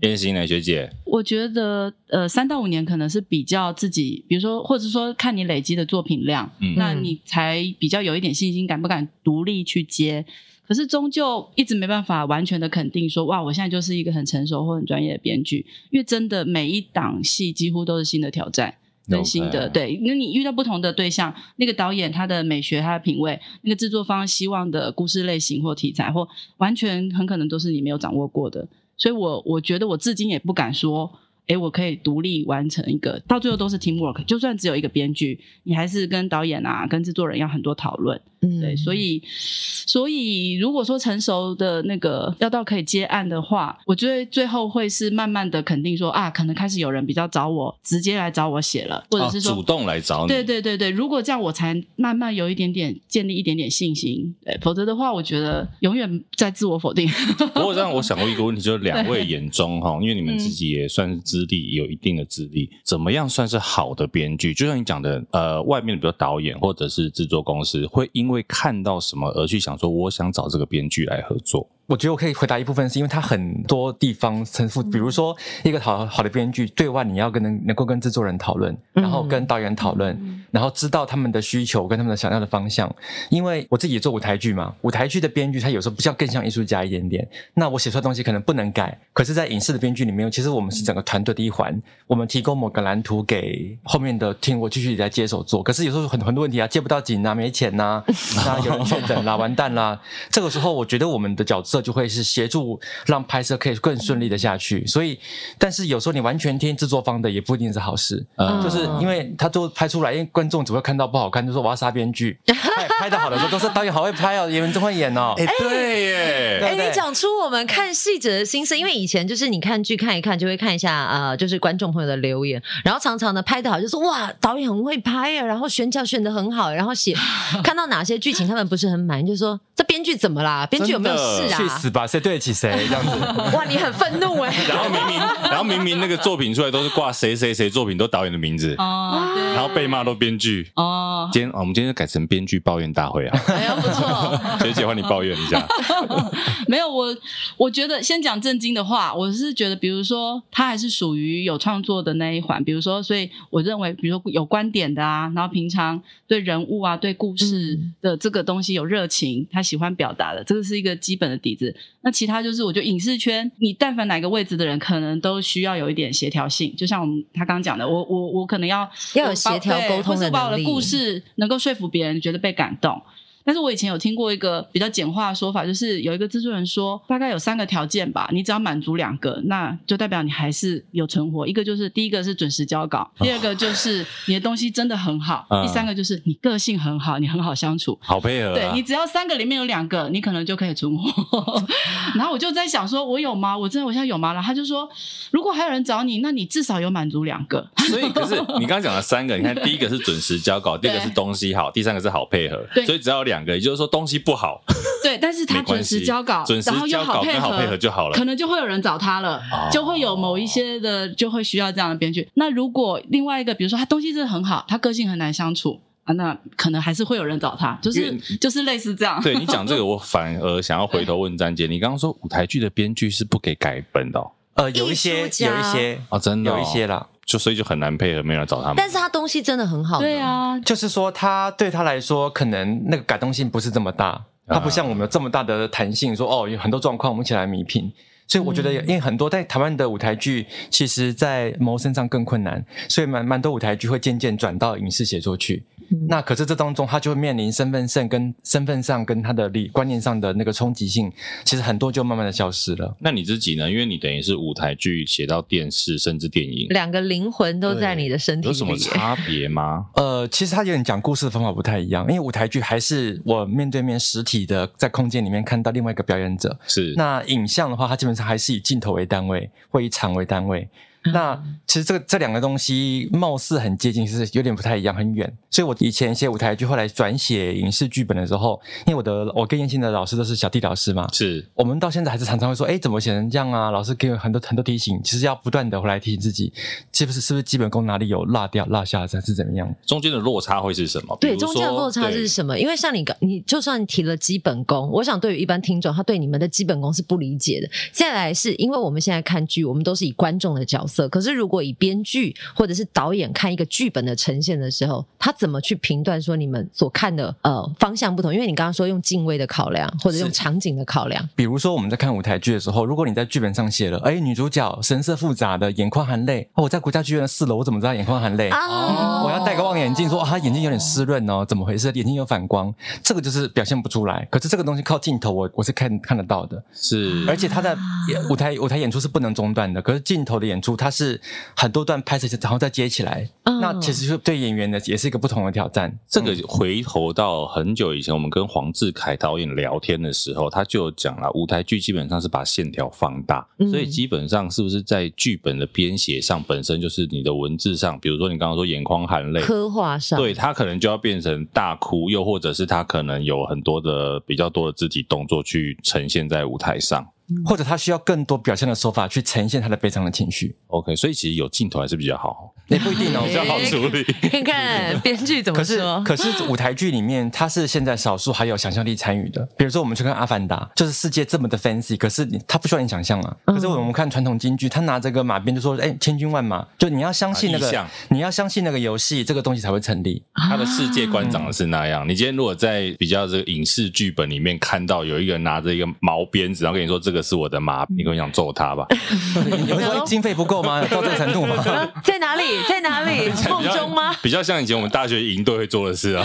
燕嗯心呢，学姐，我觉得呃，三到五年可能是比较自己，比如说，或者说看你累积的作品量，嗯那你才比较有一点信心，敢不敢独立去接。可是终究一直没办法完全的肯定说，哇，我现在就是一个很成熟或很专业的编剧，因为真的每一档戏几乎都是新的挑战。跟新的 OK 对，那你遇到不同的对象，那个导演他的美学、他的品味，那个制作方希望的故事类型或题材，或完全很可能都是你没有掌握过的。所以我我觉得我至今也不敢说，诶，我可以独立完成一个，到最后都是 teamwork。就算只有一个编剧，你还是跟导演啊、跟制作人要很多讨论。嗯对，所以所以如果说成熟的那个要到可以接案的话，我觉得最后会是慢慢的肯定说啊，可能开始有人比较找我，直接来找我写了，或者哦是说、主动来找你，对对对对，如果这样，我才慢慢有一点点建立一点点信心。对，否则的话，我觉得永远在自我否定。 *laughs* 不过让我想过一个问题，就是两位眼中哈，因为你们自嗯己也算是资历有一定的资历，怎么样算是好的编剧？就像你讲的，呃，外面的比如导演或者是制作公司，会因为看到什么而去想说，我想找这个编剧来合作。我觉得我可以回答一部分，是因为它很多地方重复，比如说一个好好的编剧，对外你要跟能能够跟制作人讨论，然后跟导演讨论，然后知道他们的需求跟他们的想要的方向。因为我自己也做舞台剧嘛，舞台剧的编剧他有时候不像更像艺术家一点点，那我写出来的东西可能不能改，可是，在影视的编剧里面，其实我们是整个团队的一环，我们提供某个蓝图给后面的 team，我继续来接手做。可是有时候很很多问题啊，借不到景啊，没钱呐、那有人确诊啦，完蛋啦。这个时候，我觉得我们的角色就会是协助让拍摄可以更顺利的下去。所以，但是有时候你完全听制作方的也不一定是好事，嗯就是因为他最后拍出来，因为观众只会看到不好看，就说我要杀编剧。拍拍的好的时候都是导演好会拍哦，演员真会演哦。哎，对耶，哎、对不对你讲出我们看戏者的心声，因为以前就是你看剧看一看，就会看一下呃，就是观众朋友的留言，然后常常的拍的好，就说哇，导演很会拍啊，然后选角选的很好，然后 *laughs* 写看到哪些剧情他们不是很满意，就说这编剧怎么啦？编剧有没有事去啊？死吧，谁对得起谁这样子？哇，你很愤怒 *laughs* 哎、然后明明，然后明明那个作品出来都是挂谁谁谁作品都导演的名字，哦，对，然后被骂都编剧。哦，今天、哦我们今天就改成编剧抱怨大会啊，哎呀，不错，学姐换你抱怨一下。没有我，我觉得先讲正经的话，我是觉得，比如说，它还是属于有创作的那一环，比如说，所以我认为，比如说有观点的啊，然后平常对人物啊、对故事嗯的这个东西有热情，他喜欢表达的，这个是一个基本的底子。那其他就是，我觉得影视圈，你但凡哪个位置的人，可能都需要有一点协调性。就像我们他刚讲的，我我我可能要要有我把协调对沟通或的是把我能的力。故事能够说服别人觉得被感动。但是我以前有听过一个比较简化的说法，就是有一个制作人说，大概有三个条件吧，你只要满足两个，那就代表你还是有存活。一个就是第一个是准时交稿，第二个就是你的东西真的很好，嗯第三个就是你个性很好，你很好相处。好配合、对啊你，只要三个里面有两个，你可能就可以存活。 *laughs* 然后我就在想说，我有吗？我真的我现在有吗？然后他就说，如果还有人找你，那你至少有满足两个。所以可是你刚刚讲了三个，你看第一个是准时交稿，第二个是东西好，第三个是好配合，对所以只要有两个，也就是说东西不好， *laughs* 对，但是他没关准系时交稿，准时然后又交稿配跟合，好配合就好了可。能就会有人找他了，哦就会有某一些的就会需要这样的编剧。那如果另外一个，比如说他东西真的很好，他个性很难相处啊，那可能还是会有人找他，就因是为就是类似这样。对你讲这个，我反而想要回头问詹姐，你刚刚说舞台剧的编剧是不给改本的哦，呃，有一些，艺有术家一些，哦真的哦有一些啦。就所以就很难配合，没有人找他们。但是他东西真的很好，对，啊，就是说，他对他来说，可能那个改动性不是这么大，他不像我们有这么大的弹性，说哦，有很多状况，我们一起来弥平。所以我觉得，因为很多在台湾的舞台剧，其实，在谋生上更困难，所以蛮蛮多舞台剧会渐渐转到影视写作去。那可是这当中，他就会面临身份上跟身份上跟他的理观念上的那个冲击性，其实很多就慢慢的消失了。那你自己呢？因为你等于是舞台剧写到电视，甚至电影，两个灵魂都在对你的身体有什么里 *laughs* 耶。差别吗？呃，其实他有点讲故事的方法不太一样，因为舞台剧还是我面对面实体的，在空间里面看到另外一个表演者，是那影像的话，它基本上还是以镜头为单位，或以场为单位。那其实这个这两个东西貌似很接近，是有点不太一样，很远。所以我以前写舞台剧，后来转写影视剧本的时候，因为我的我跟燕青的老师都是小弟老师嘛，是我们到现在还是常常会说，哎，怎么写成这样啊？老师给我很多很多提醒，其实要不断的回来提醒自己，是不是是不是基本功哪里有落掉、落下，还是怎么样？中间的落差会是什么？对，比如中说间的落差对是什么？因为像你刚，你就算提了基本功，我想对于一般听众，他对你们的基本功是不理解的。再来是因为我们现在看剧，我们都是以观众的角色，可是如果以编剧或者是导演看一个剧本的呈现的时候，他怎么去评断说你们所看的呃方向不同？因为你刚刚说用敬畏的考量，或者用是场景的考量，比如说我们在看舞台剧的时候，如果你在剧本上写了，哎，女主角神色复杂的，眼眶含泪。哦，我在国家剧院的四楼，我怎么知道眼眶含 *laughs* 泪？啊哎我要戴个望远镜，说啊，她眼睛有点湿润哦，怎么回事？眼睛有反光，这个就是表现不出来。可是这个东西靠镜头我，我是看看得到的，是而且他的演舞台舞台演出是不能中断的。可是镜头的演出，它是很多段拍摄，然后再接起来，嗯那其实就对演员的也是一个不同的挑战。这个回头到很久以前，我们跟黄志凯导演聊天的时候，他就有讲了，舞台剧基本上是把线条放大，嗯所以基本上是不是在剧本的编写上，本身就是你的文字上，比如说你刚刚说眼眶含泪。刻画上对他可能就要变成大哭，又或者是他可能有很多的比较多的肢体动作去呈现在舞台上。或者他需要更多表现的手法去呈现他的悲伤的情绪， OK，所以其实有镜头还是比较好，也不一定哦。比较好处理。看看编剧怎可么是说。 *laughs* 可是舞台剧里面，它是现在少数还有想象力参与的。比如说，我们去看《阿凡达》，就是世界这么的 fancy，可是你它不需要你想象啊。嗯可是我们看传统京剧，他拿这个马鞭就说：“哎、千军万马。”就你要相信那啊意个象，你要相信那个游戏，这个东西才会成 *laughs* 立。啊他的世啊界观长得是那样。你今天如果在比较这个影视剧本里面看到有一个人拿着一个毛鞭子，然后跟你说这个是我的马，嗯你可能想揍他吧？ *laughs* 你会说、哎经费不够 *laughs* 吗？到这个程度吗？在哪里？在哪 *laughs* 里？梦中吗？比较像以前我们大学营队会做的事 *laughs* 啊，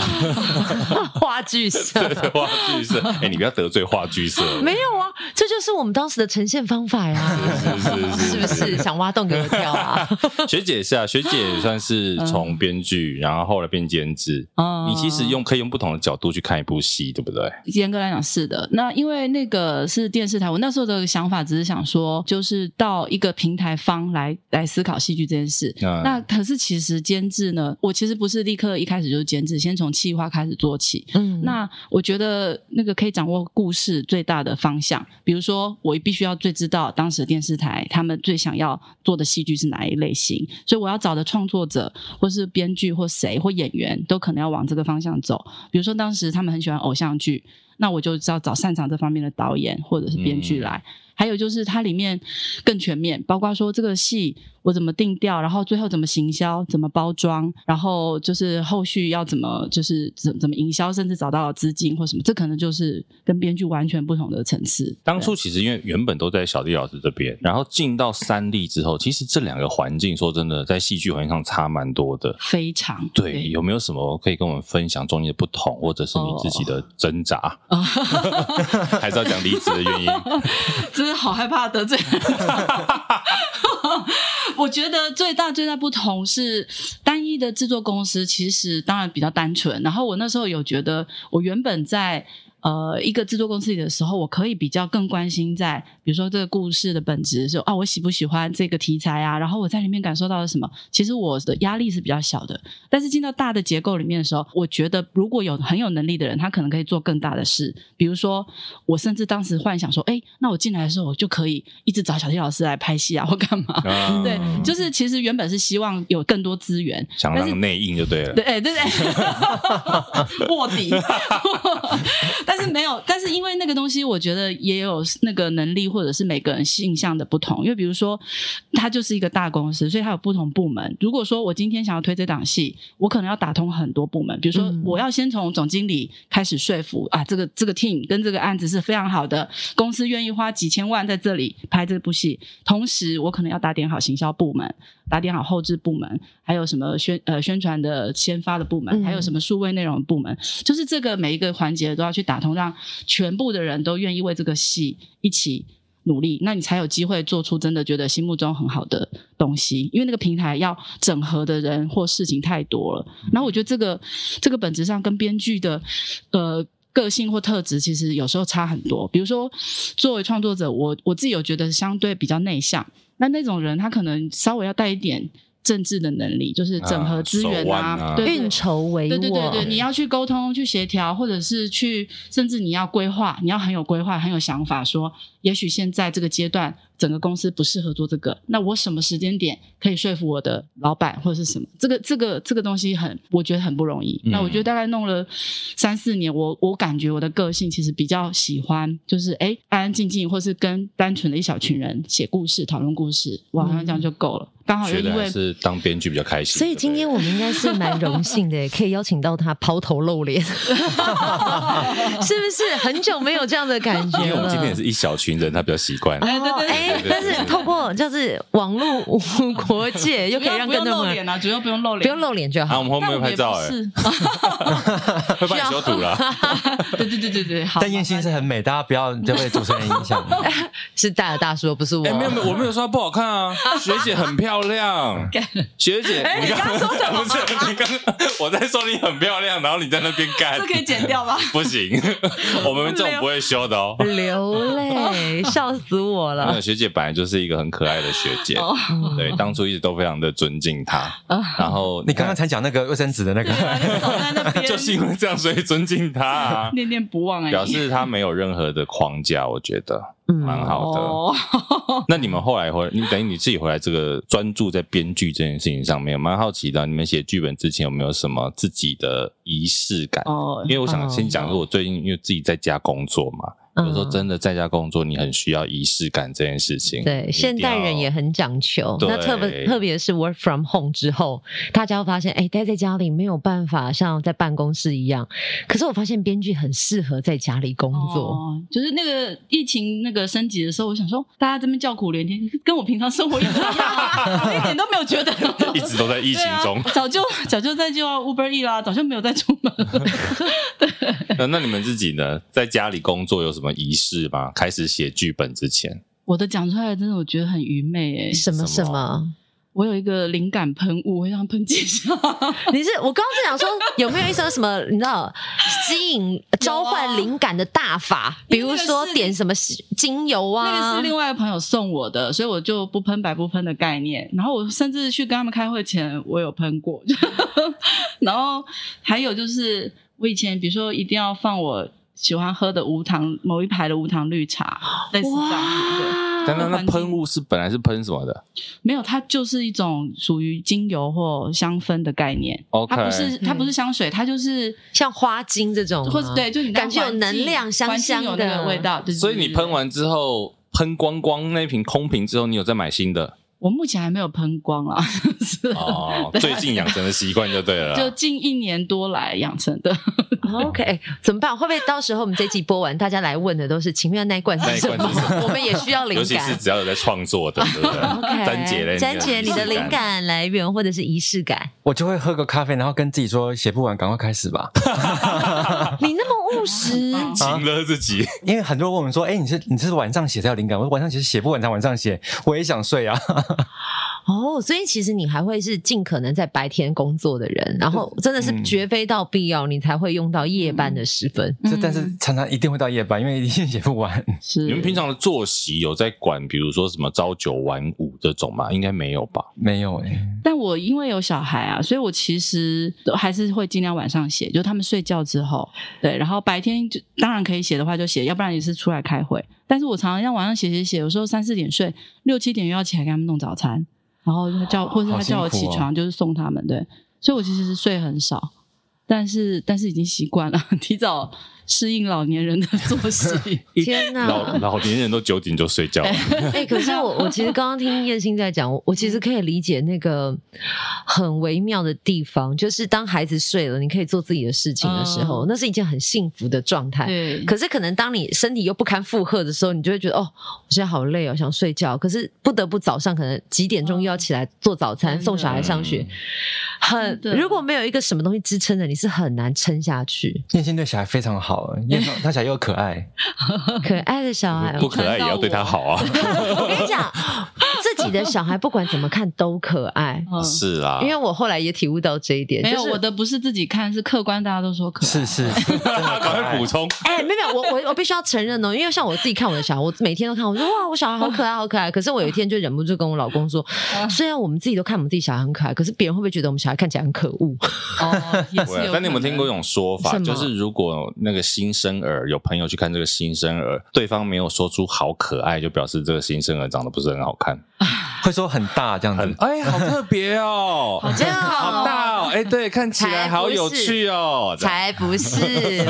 话剧 *laughs* 社对对话剧社。哎、你不要得罪话剧社， *laughs* 没有啊，这就是我们当时的呈现方法呀，是是是不是？想挖洞给我跳 *laughs* 啊？学姐是啊，学姐也算嗯是从编剧，然后后来变监制。嗯哦你其实用可以用不同的角度去看一部戏，对不对？严格来讲是的。那因为那个是电视台，我那时候的想法只是想说，就是到一个平台方来来思考戏剧这件事。嗯那可是其实监制呢，我其实不是立刻一开始就是监制，先从企划开始做起。嗯，那我觉得那个可以掌握故事最大的方向，比如说我必须要最知道当时的电视台他们最想要做的戏剧是哪一类型，所以我要找的创作者或是编剧或谁或演员都可能要往这个方向走。比如说当时他们很喜欢偶像剧，那我就知道找擅长这方面的导演或者是编剧来。还有就是它里面更全面，包括说这个戏我怎么定调，然后最后怎么行销、怎么包装，然后就是后续要怎么就是怎怎么营销，甚至找到资金或什么，这可能就是跟编剧完全不同的层次。当初其实因为原本都在小弟老师这边，然后进到三立之后，其实这两个环境说真的，在戏剧环境上差蛮多的。非常对，有没有什么可以跟我们分享中间的不同，或者是你自己哦的挣扎？ *laughs* 还是要讲离职的原因？真的好害怕得罪人。我觉得最大最大不同是单一的制作公司，其实当然比较单纯。然后我那时候有觉得，我原本在呃一个制作公司里的时候，我可以比较更关心在，比如说这个故事的本质是啊，我喜不喜欢这个题材啊，然后我在里面感受到了什么。其实我的压力是比较小的。但是进到大的结构里面的时候，我觉得如果有很有能力的人，他可能可以做更大的事。比如说，我甚至当时幻想说，哎，那我进来的时候，我就可以一直找小提老师来拍戏啊，或干嘛？啊 *laughs* 对，就是其实原本是希望有更多资源，想但是让内应就对了。对，哎，对对， *laughs* 卧底。但是没有，但是因为那个东西，我觉得也有那个能力，或者是每个人性向的不同。因为比如说，它就是一个大公司，所以它有不同部门。如果说我今天想要推这档戏，我可能要打通很多部门。比如说嗯，我要先从总经理开始说服啊，这个这个 team 跟这个案子是非常好的，公司愿意花几千万在这里拍这部戏。同时，我可能要打点好行销部门，打点好后置部门，还有什么宣呃宣传的先发的部门，嗯还有什么数位内容的部门，就是这个每一个环节都要去打通，让全部的人都愿意为这个戏一起努力，那你才有机会做出真的觉得心目中很好的东西。因为那个平台要整合的人或事情太多了，然后我觉得这个这个本质上跟编剧的呃。个性或特质其实有时候差很多。比如说，作为创作者，我我自己有觉得相对比较内向，那那种人他可能稍微要带一点政治的能力，就是整合资源啊手腕啊对对运筹帷幄，对对对对，你要去沟通、去协调，或者是去，甚至你要规划，你要很有规划、很有想法说，也许现在这个阶段，整个公司不适合做这个，那我什么时间点可以说服我的老板或者是什么？这个这个这个东西很，我觉得很不容易。嗯那我觉得大概弄了三四年，我我感觉我的个性其实比较喜欢，就是哎、安安静静，或是跟单纯的一小群人写故事、讨论故事，我好像这样就够了。刚好又嗯学的因还为是当编剧比较开心。所以对不对今天我们应该是蛮荣幸 *laughs* 的，可以邀请到他抛头露脸，是不是？很久没有这样的感觉因为我们了。今天也是一小群人，他比较习惯。嗯哎对哦对对哎，但是透过就是网络无国界，又可以让不用更露多人脸啊，主要不用露脸，不用露脸就啊，好我。们后但面我会拍们也照不哎、会是帮你修图啦。哎 *laughs* 对对对对对， *laughs* 好。但燕心是很美，大家不要被主持人影响。是大的大叔，不是我。哎、没有没有，我没有说她不好看啊，学姐很漂 *laughs* 亮，学姐，哎你刚刚说什么不是，你刚刚我在说你很漂亮，然后你在那边干这，可以剪掉吧？ *laughs* 不行，我们这种不会修的哦。流泪，笑死我没 *laughs* 了有。学姐本来就是一个很可爱的学姐，哦，对，当初一直都非常的尊敬她。啊然后你 *laughs* 刚刚才讲那个卫生纸的那 *laughs* 对啊，个，你守在那边，就是因为这样，所以尊敬她啊、 *laughs* 念念不忘而已，哎表示她没有任何的框架，我觉得嗯蛮好的。哦，那你们后来回，你等于你自己回来，这个专注在编剧这件事情上面，蛮好奇的。你们写剧本之前有没有什么自己的仪式感？ *laughs* 哦因为我想先讲说，我最近因为自己在家工作嘛，嗯有嗯时候真的在家工作，你很需要仪式感这件事情。你对，一定现代人要也很讲求。对那特别特别是 work from home 之后，大家会发现，哎、待在家里没有办法像在办公室一样。可是我发现编剧很适合在家里工作。哦，就是那个疫情那个升级的时候，我想说大家这边叫苦连天，跟我平常生活一模一 *laughs* 样啊，我一点都没有觉得。一 *laughs* 直都在疫疫情中。早就早就在就要 Uber E 啦，早就没有再出门了。 *laughs* *laughs* 那那你们自己呢，在家里工作有什么仪式吗？开始写剧本之前，我的讲出来真的，我觉得很愚昧哎、什么什什么么？我有一个灵感喷雾，我会让它喷几下。你是我刚刚是想说有没有一种什么你知道吸引召啊唤灵感的大法，比如说点什么精油那个啊是？另外一个朋友送我的，所以我就不喷白不喷的概念。然后我甚至去跟他们开会前，我有喷过。 *laughs* 然后还有就是，我以前比如说一定要放我喜欢喝的无糖某一排的无糖绿茶，类似这样子。啊对，但那那环境喷雾是本来是喷什么的？没有，它就是一种属于精油或香氛的概念。 OK 它不是它不是香水，它就是像花精这种吗，或者对，就你感觉有能量香香的环境有那个味道。对所以你喷，对对对完之后，喷光光那瓶空瓶之后，你有再买新 *laughs* 的我目前还没有喷光啦， *laughs* 是。哦对最近养成的习惯就对了啦。就近一年多来养成的。 *laughs* OK，哎怎么办？会不会到时候我们这集播完，大家来问的都是情愿那一罐是什那一罐是什么？我们也需要灵尤其是感。只要有在创作的，对不对？ *laughs* OK， *laughs* 詹姐嘞，你的詹姐，你的灵感来源或者是仪式感，我就会喝个咖啡，然后跟自己说写不完，赶快开始吧。你那么务实，情了自己，因为很多人问我们说，哎、你是你是晚上写才有灵感？我说晚上写写不完，才晚上写，我也想睡啊。哦，所以其实你还会是尽可能在白天工作的人，然后真的是嗯绝非到必要，你才会用到夜班的时嗯分。 *laughs* 这但是常常一定会到夜班，因为一定写不 *laughs* 完。嗯是你们平常的作息有在管，比如说什么朝九晚五这种吗？应该没有吧？没有哎、但我因为有小孩啊，所以我其实都还是会尽量晚上写，就他们睡觉之后，对，然后白天就当然可以写的话就写，要不然也是出来开会。但是我常常要晚上写写写，有时候三四点睡，六七点又要起来给他们弄早餐，然后他哦叫或者啊他叫我起好辛苦床，就是送他们，对，所以我其实是睡很少，但是但是已经习惯了， *laughs* 提早适应老年人的作 *laughs* 息。天哪！老老年人都九点就睡觉 *laughs* 了，哎、可是我我其实刚刚听燕心在讲，我我嗯其实可以理解那个很微妙的地方，就是当孩子睡了，你可以做自己的事情的时候，嗯那是一件很幸福的状态。对，可是可能当你身体又不堪负荷的时候，你就会觉得哦，我现在好累哦，想睡觉。可是不得不早上可能几点钟又要起来做早餐，嗯真的嗯送小孩上学。很真的如果没有一个什么东西支撑着，你是很难撑下 *laughs* 去。燕心对小孩非常好，啊燕 *laughs* 心他小孩又可爱，可爱的小孩，哦不可爱也要对他好啊。哎我跟你 *laughs* 讲，自己的小孩不管怎么看都可爱。嗯 *laughs* 是啦因，为我后来也体悟到这一点，没有就是我的不是自己看，是客观大家都说可爱。是是是，真 *laughs* 的赶 *laughs* 可快爱补。充。哎、没有没有，我我我必须要承认哦，因为像我自己看我的小孩，我每天都看，我说哇，我小孩好可爱，好可爱。可是我有一天就忍不住跟我老公说，虽然我们自己都看我们自己小孩很可爱，可是别人会不会觉得我们小孩看起来很可恶？哦，*laughs* 也是对啊有。但你有没有听过一用？种说法，什么就是如果那个新生儿有朋友去看这个新生儿，对方没有说出“好可爱”，就表示这个新生儿长得不是很好看，会说很大这样很子，哎，好特别哦，这 *laughs* 样好大哦，哎，对，看 *laughs* 起来好有趣哦，才 *laughs* 不是！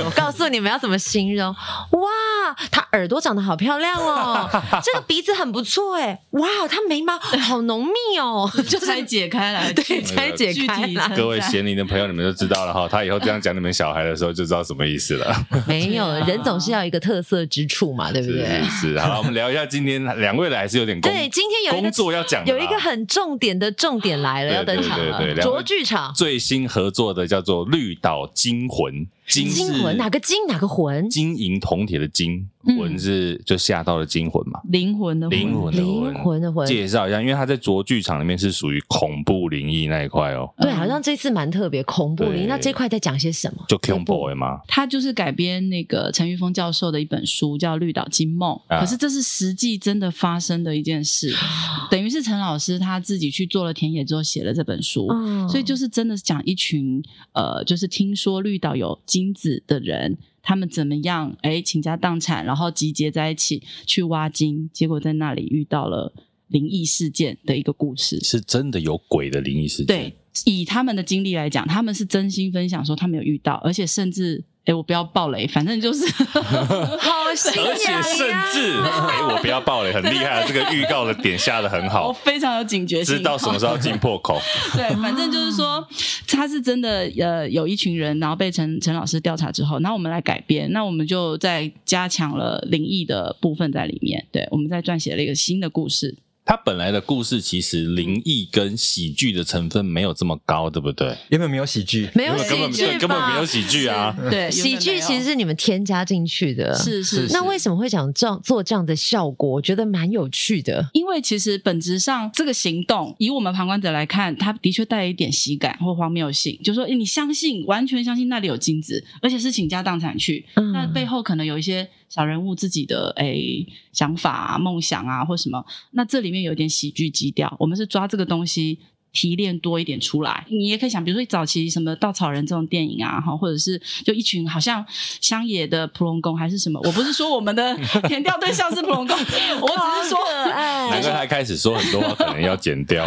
我告诉你们要怎么形容。哇，她耳朵长得好漂亮 *laughs* 哦，这个鼻子很不错哎，哇，她眉毛好浓密 *laughs* 哦，就就是拆解开来，对具拆解具开体来称赞各位咸宁的朋友，你们就知道了哈。他以后这样讲你们小孩的时候，就知道什么意思了。没有对啊人总是要有一个特色之处嘛，对 *laughs* 不是对是？是，好了，我们聊一下今天两位来还 *laughs* 是有点工对，今天有一工个作要讲的有啦，一个很重点的重点来了，对要登场对对对了，两位卓剧场。最新合作的叫做《绿岛惊魂》，啊金金是魂哪个金哪个魂？金银铜铁的金，嗯魂是就吓到了惊魂嘛，灵魂的灵魂的灵魂的魂。介绍一下，因为他在卓剧场里面是属于恐怖灵异那一块哦，对，嗯好像这次蛮特别，恐怖灵。对那这块在讲些什么？就这 King 部 Boy 嘛，他就是改编那个陈玉峰教授的一本书，叫《绿岛金梦》。啊可是这是实际真的发生的一件事，等于是陈老师他自己去做了田野之后写了这本书。嗯所以就是真的讲一群呃，就是听说绿岛有金子的人，他们怎么样哎倾家荡产，然后集结在一起去挖金，结果在那里遇到了灵异事件的一个故事。是真的有鬼的灵异事件。对，以他们的经历来讲，他们是真心分享说他们有遇到，而且甚至。哎，我不要爆雷，反正就是 *laughs* 好啊新而且甚至，哎、我不要爆雷，很厉害啊，这个预告的点下的很 *laughs* 我好，非常有警觉性，知道什么时候 *laughs* 要进破口。对，反正就是说，他是真的呃，有一群人，然后被陈陈老师调查之后，然后我们来改编，那我们就再加强了灵异的部分在里面，对，我们再撰写了一个新的故事。他本来的故事其实灵异跟喜剧的成分没有这么高，对不对？原本没有喜剧，没有根本喜对剧根本吧没有喜剧啊。对，喜剧其实是你们添加进去的，是是那为什么会想这样做这样的效果？我觉得蛮有趣的。因为其实本质上这个行动，以我们旁观者来看，它的确带了一点喜感或荒谬性，就说诶你相信，完全相信那里有金子，而且是倾家荡产去，嗯那背后可能有一些小人物自己的诶、想法啊、梦想啊或什么，那这里面有一点喜剧基调，我们是抓这个东西。提炼多一点出来，你也可以想，比如说早期什么稻草人这种电影啊，哈，或者是就一群好像乡野的普龙宫还是什么，我不是说我们的填调对象是普龙宫，我只是说难怪他开始说很多话可能要剪 *laughs* 掉，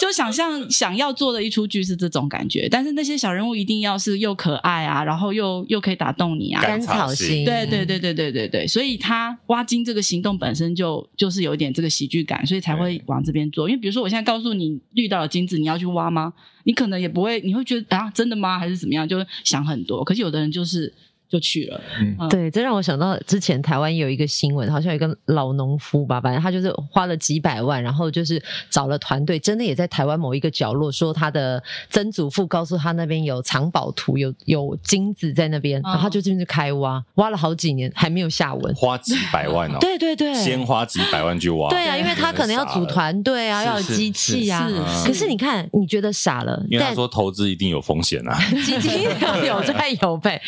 就想象想要做的一出剧是这种感觉，但是那些小人物一定要是又可爱啊，然后又又可以打动你啊。干甘草心，对对对对对对对，所以他挖金这个行动本身就就是有点这个喜剧感，所以才会往这边做。因为比如说，我现在告诉你绿岛的金子，你要去挖吗？你可能也不会，你会觉得啊，真的吗？还是怎么样？就想很多。可是有的人就是就去了，对，这让我想到之前台湾有一个新闻，好像有一个老农夫吧，反正他就是花了几百万，然后就是找了团队，真的也在台湾某一个角落，说他的曾祖父告诉他那边有藏宝图，有有金子在那边，然后他就进去开挖，挖了好几年还没有下文。花几百万哦，对对对，先花几百万去挖。对啊，因为他可能要组团队啊，是要有机器啊。是可是你看，你觉得傻了，因为他但说投资一定有风险啊， *laughs* 基金要有赚有赔。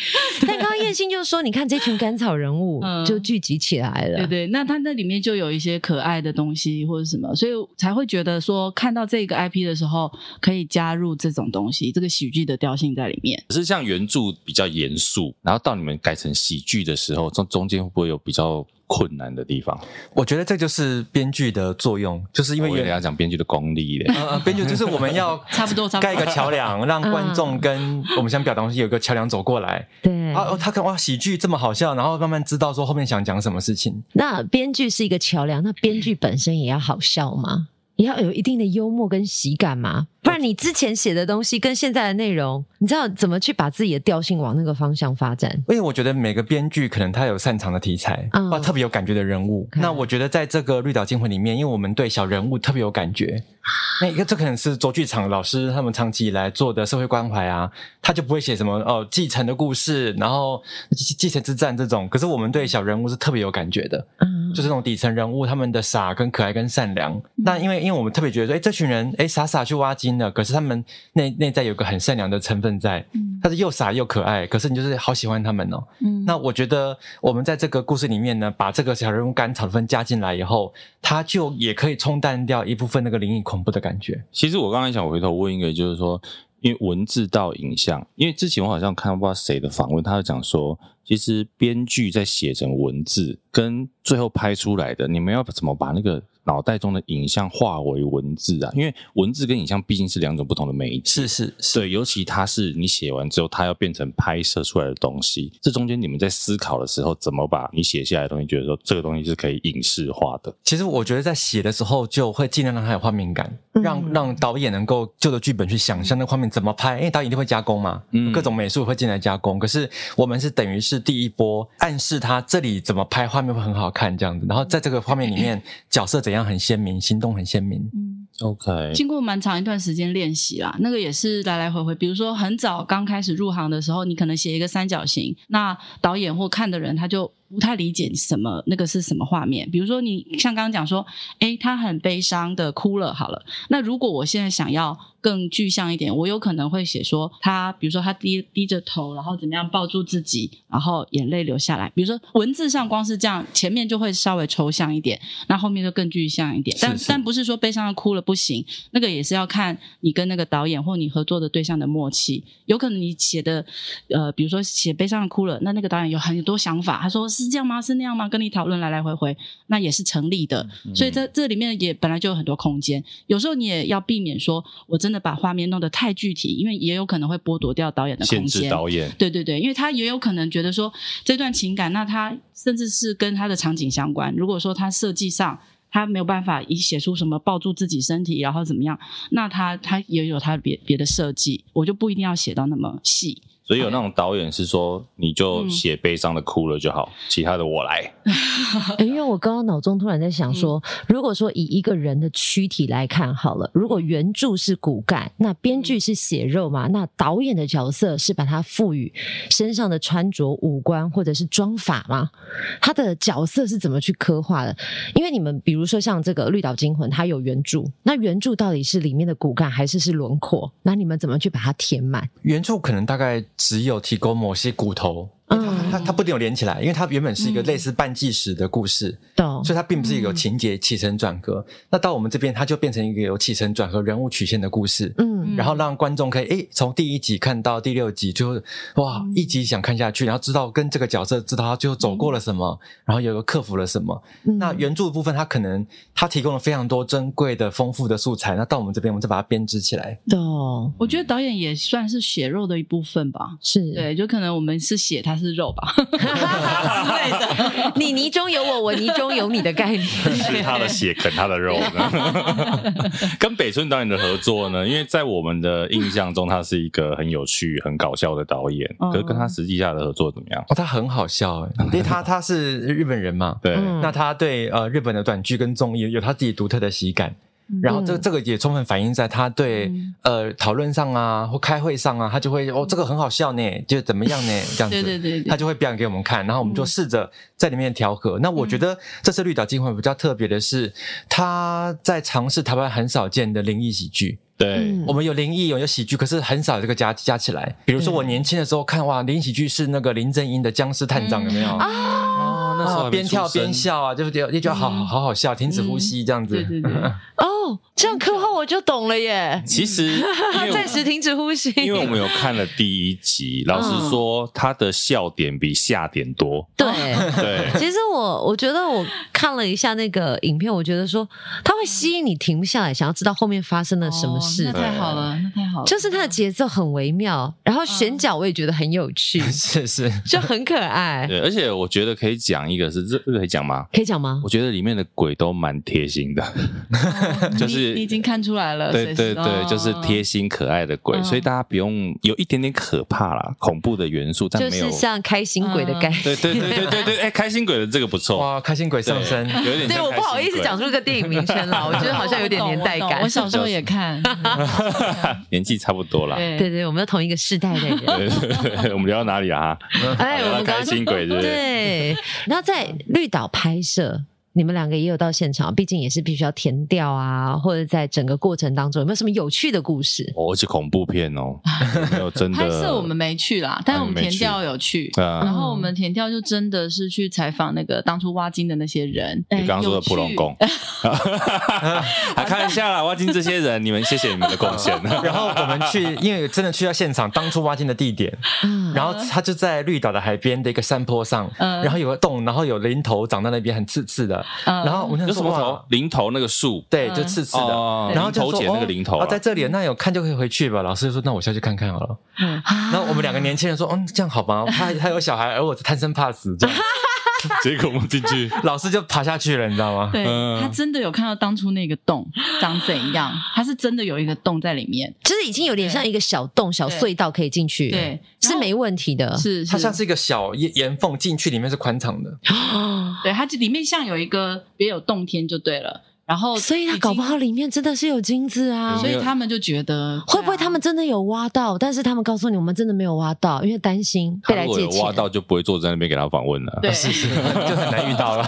但刚刚叶欣就说，你看这群甘草人物嗯就聚集起来了。对对，那它那里面就有一些可爱的东西或者什么，所以才会觉得说看到这个 IP 的时候，可以加入这种东西，这个喜剧的调性在里面。可是像原著比较严肃，然后到你们改成喜剧的时候，中中间会不会有比较困难的地方？我觉得这就是编剧的作用，就是因为我跟原大家讲编剧的功力嘞， *laughs* 呃，呃编剧就是我们 *laughs* 要差不多差不多盖一个桥梁，让观众跟呃我们想表达的东西有一个桥梁走过来。对啊，哦他看哇，喜剧这么好笑，然后慢慢知道说后面想讲什么事情。那编剧是一个桥梁，那编剧本身也要好笑吗？也要有一定的幽默跟喜感嘛，不然你之前写的东西跟现在的内容，你知道怎么去把自己的调性往那个方向发展？因为我觉得每个编剧可能他有擅长的题材，嗯啊，特别有感觉的人物。嗯那我觉得在这个《绿岛惊魂》里面，因为我们对小人物特别有感觉，啊那一个这可能是卓剧场老师他们长期以来做的社会关怀啊，他就不会写什么哦继承的故事，然后继继承之战这种。可是我们对小人物是特别有感觉的，嗯，就是那种底层人物，他们的傻跟可爱跟善良。那因为因为我们特别觉得说，哎、这群人哎、诶傻傻去挖金了，可是他们内内在有个很善良的成分在，嗯他是又傻又可爱，可是你就是好喜欢他们哦。嗯那我觉得我们在这个故事里面呢，把这个小人物甘草的分加进来以后，他就也可以冲淡掉一部分那个灵异恐怖的感觉。其实我刚才想回头问一个，就是说，因为文字到影像，因为之前我好像看不知道谁的访问，他就讲说，其实编剧在写成文字跟最后拍出来的，你们要怎么把那个脑袋中的影像化为文字啊？因为文字跟影像毕竟是两种不同的媒介。是是是，对，尤其它是你写完之后，它要变成拍摄出来的东西，这中间你们在思考的时候，怎么把你写下来的东西，觉得说这个东西是可以影视化的？其实我觉得在写的时候就会尽量让它有画面感，嗯让让导演能够就着剧本去想象那个画面怎么拍，因为导演一定会加工嘛，嗯各种美术会进来加工。可是我们是等于是第一波暗示他这里怎么嗯拍画面会很好看这样子，然后在这个画面里面角色怎样很鲜明，行动很鲜明。嗯， OK，经过蛮长一段时间练习啦，那个也是来来回回。比如说很早刚开始入行的时候，你可能写一个三角形，那导演或看的人他就不太理解什么那个是什么画面。比如说你像刚刚讲说，诶，他很悲伤的哭了，好了，那如果我现在想要更具象一点，我有可能会写说他，比如说他低低着头，然后怎么样抱住自己，然后眼泪流下来。比如说文字上光是这样，前面就会稍微抽象一点，那后面就更具象一点。但是是但不是说悲伤的哭了不行，那个也是要看你跟那个导演或你合作的对象的默契。有可能你写的呃，比如说写悲伤的哭了，那那个导演有很多想法，他说是这样吗？是那样吗？跟你讨论来来回回，那也是成立的。嗯所以在这里面也本来就有很多空间，有时候你也要避免说我真的把画面弄得太具体，因为也有可能会剥夺掉导演的限空制间。导演，对对对，因为他也有可能觉得说这段情感，那他甚至是跟他的场景相关。如果说他设计上他没有办法以写出什么抱住自己身体，然后怎么样，那他他也有他别别的设计，我就不一定要写到那么细。所以有那种导演是说，你嗯就写悲伤的哭了就好，其他的我 *laughs* 来。诶因为我刚刚脑中突然在想说，如果说以一个人的躯体来看好了，如果原著是骨干，那编剧是血肉嘛，那导演的角色是把它赋予身上的穿着、五官或者是妆法嘛，他的角色是怎么去刻画的？因为你们比如说像这个《绿岛惊魂》，它有原著，那原著到底是里面的骨干还是是轮廓？那你们怎么去把它填满？原著可能大概只有提供某些骨头，嗯，它它不一定有连起来，因为它原本是一个类似半纪实的故事，懂所以它并不是一嗯个有情节起承转合。那到我们这边，它就变成一个有起承转合、人物曲线的故事。嗯，然后让观众可以诶从第一集看到第六集，就是哇嗯一集想看下去，然后知道跟这个角色知道他最后走过了什么，然后有个克服了什么。嗯那原著的部分，它可能它提供了非常多珍贵的、丰富的素材，那到我们这边，我们再把它编织起来。懂我觉得导演也算是血肉的一部分吧。是对，就可能我们是血，他是肉吧 *laughs* 之类的。 *laughs* 你泥中有我，我泥中有你的概念。 *laughs* 是他的血啃他的肉呢。 *laughs* 跟北村导演的合作呢，因为在我们的印象中，他是一个很有趣、很搞笑的导演。嗯哦可是跟他实际下的合作怎么样？哦，他很好笑诶，因为他他是日本人嘛，对，嗯那他对呃日本的短剧跟综艺有他自己独特的喜感，嗯然后这这个也充分反映在他对、呃讨论上啊或开会上啊，他就会哦这个很好笑呢，就怎么样 *laughs* 呢这样子，嗯对对对对他就会表演给我们看，然后我们就试着在里面调嗯和。那我觉得这次《绿岛惊魂》比较特别的是，他在尝试台湾很少见的灵异喜剧。嗯对，嗯我们有灵异，有有喜剧，可是很少有这个加加起来。比如说我年轻的时候看哇，灵异喜剧是那个林正英的《僵尸探长》，有没有？啊哦，那时候啊，还没边出跳生边，笑啊，就是就就觉得好好嗯好好笑，停止呼吸这样子。对对对，哦，这样课后我就懂了耶。其 *laughs* 实因为我暂时停止呼吸， *laughs* 因为我们有看 *laughs* 了第一集，老嗯实说，他的笑点比下点多。对。 *laughs* 对，其实我我觉得我看了一下那个影片，我觉得说它会吸引你停不下来，想要知道后面发生了什么事哦那。太好了，那太好了。就是它的节奏很微妙，然后选角我也觉得很有趣， *laughs* 是是，就很可爱。 *laughs* 嗯对，而且我觉得可以讲一个是这这个可以讲吗？可以讲吗我？觉得里面的鬼都蛮贴心 *laughs* 的，就是 *laughs* 你你已经看出来呃了对随对时对，哦就是贴心可爱的鬼，嗯所以大家不用有一点点可怕啦，恐怖的元素，但就没有是。像开心鬼的概念。 *laughs* 对对对对对对，哎，开心鬼的这个不错，哇，开心鬼上身。哦 *laughs* 对有点像对，我不好意思开心鬼讲出这个电影名称啦，我觉得好像有点年代感。 *laughs* 我小时候也看，年纪差不多啦。对对，我们是同一个世代的人。对对 *laughs* 对我们聊到哪里啊？哎，聊我到们刚开刚心鬼是不是？对，然后在绿岛拍摄，你们两个也有到现场，毕竟也是必须要填掉啊，或者在整个过程当中有没有什么有趣的故事？哦，而且恐怖片 *laughs* 哦，有没有真的拍摄我们没去啦，但是我们填调有去。啊然，后我们填调就真的是去采访那个当初挖金的那些人，你刚刚说的普龙 *laughs* 宫， *laughs* 还开玩笑啦，挖金这些人，你们谢谢你们的贡献。然后我们去，因为真的去到现场，当初挖金的地点，嗯然后它就在绿岛的海边的一个山坡上，嗯然后有个洞，然后有林头长在那边，很刺刺的。嗯然后我们 *laughs* 想有什说么 *laughs* 哇头？零头那个树，对，就刺刺哦的。然后就零头说姐那个零头哦啊哦在这里，那有看就可以回去吧。老师就说，那我下去看看好了。嗯然后我们两啊个年轻人说，嗯，这样好吧？他他有小孩，而我贪生怕死， *laughs* 这样结果我们进 *laughs* 去，老师就爬下去了，你知道吗？对嗯他真的有看到当初那个洞长怎样，他是真的有一个洞在里面，就是已经有点像一个小洞、小对隧道可以进去，对，是没问题的。是它是像是一个小岩岩缝，进去里面是宽敞的。啊哦对，它这里面像有一个别有洞天就对了。然后所以他已经搞不好里面真的是有金子啊有所没。有以他们就觉得会不会对啊他们真的有挖到？但是他们告诉你，我们真的没有挖到，因为担心 *laughs* 被他来如果借有钱。挖 *laughs* 到，就不会坐在那边给他访问了。对哦是 *laughs* 是，就很难遇到了。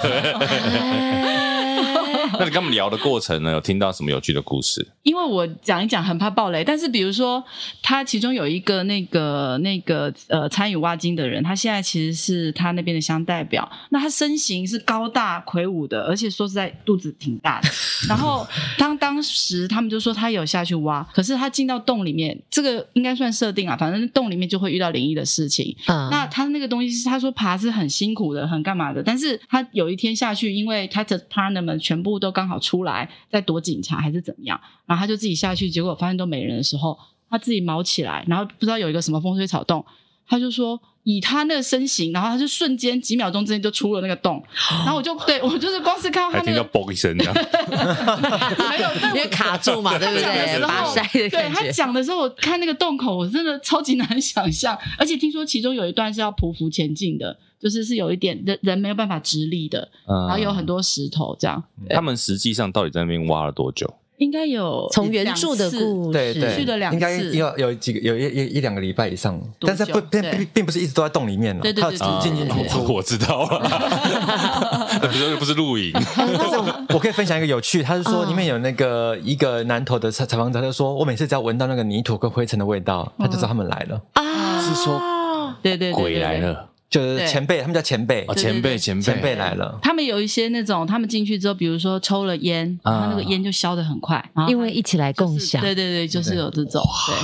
哎 *laughs* 那你跟他们聊的过程呢，有听到什么有趣的故事？因为我讲一讲很怕爆雷，但是比如说，他其中有一个那个那个呃参与挖金的人，他现在其实是他那边的乡代表。那他身形是高大魁梧的，而且说实在肚子挺大 *laughs* 的。然后当当时他们就说他有下去挖，可是他进到洞里面，这个应该算设定啊，反正洞里面就会遇到灵异的事情。嗯那他那个东西是他说爬是很辛苦的，很干嘛的，但是他有一天下去，因为他的 partner 们全部都刚好出来在躲警察还是怎么样，然后他就自己下去，结果发现都没人的时候，他自己毛起来，然后不知道有一个什么风吹草动，他就说。以他那个身形，然后他就瞬间几秒钟之间就出了那个洞，然后我就对我就是光是看到还他听那 *laughs* 到个嘣一声这 *laughs* 样，没有，但 *laughs* 因我为卡住嘛，对不讲的对？时候拔塞的对感他觉。讲的时候，我看那个洞口，我真的超级难想象。而且听说其中有一段是要匍匐前进的，就是是有一点人人没有办法直立的，然然后有很。多石头这样。嗯他们实际上到底在那边挖了多久？应该有嗯从原著的故对事，对，去了两次应该要有几个有一一一两个礼拜以上，多久但是它不并对并并不是一直都在洞里面了，对对它对哦有进进出啊我出。我知道 *laughs* 了， *laughs* 那不是不是露营，但是我我可以分享一个有趣，他是说嗯里面有那个哦一个南投的采采访者，他就说我每次只要闻到那个泥土跟灰尘的味道，嗯他就知道他们来了，啊，是说对对对对鬼来。对了就是对哦前辈，他们叫前辈啊！，对前辈前辈前辈来了。他们有一些那种，他们进去之后，比如说抽了烟，啊然后那个烟就消得很快，然后因为一起来共就是享，对对对，就是有这种，对，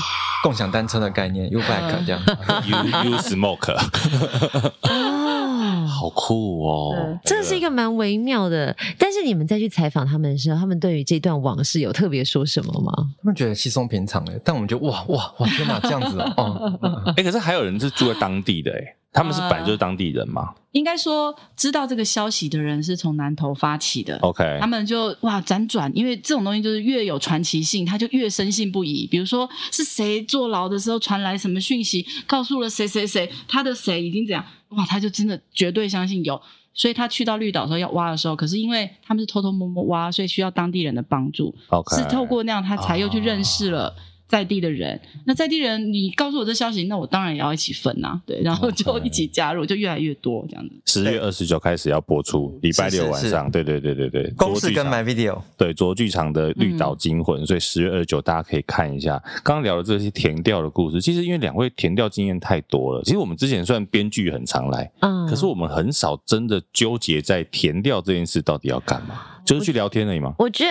共享单车的概嗯念 U bike 这样， ，You You *laughs* Smoke，哦，好酷哦对！这是一个蛮微妙的。但是你们再去采访他们的时候，他们对于这段往事有特别说什么吗？他们觉得稀松平常哎，但我们觉得哇哇哇天哪，这样子哦哦，嗯 *laughs* 哎，可是还有人是住在当地的哎，他们是本来就是当地人嘛应该说知道这个消息的人是从南投发起的， ？OK，呃他们就哇辗转，因为这种东西就是越有传奇性，他就越深信不疑。比如说是谁坐牢的时候传来什么讯息，告诉了谁谁谁，他的谁已经怎样，哇，他就真的绝对相信有。所以他去到绿岛的时候要挖的时候，可是因为他们是偷偷摸摸挖，所以需要当地人的帮助， OK，是透过那样他才又去认识了。在地的人，那在地人，你告诉我这消息，那我当然也要一起分啊，对，然后就 OK 一起加入，就越来越多这样子。十月二十九开始要播出，礼拜六晚是是上，对对对对对，公式卓剧跟场 My Video 对卓剧场的《绿岛惊嗯魂》，所以十月二十九大家可以看一下。刚刚聊的这些填调的故事，其实因为两位填调经验太多了，其实我们之前算编剧很常来，嗯，可是我们很少真的纠结在填调这件事到底要干嘛，就是去聊天而已嘛。我觉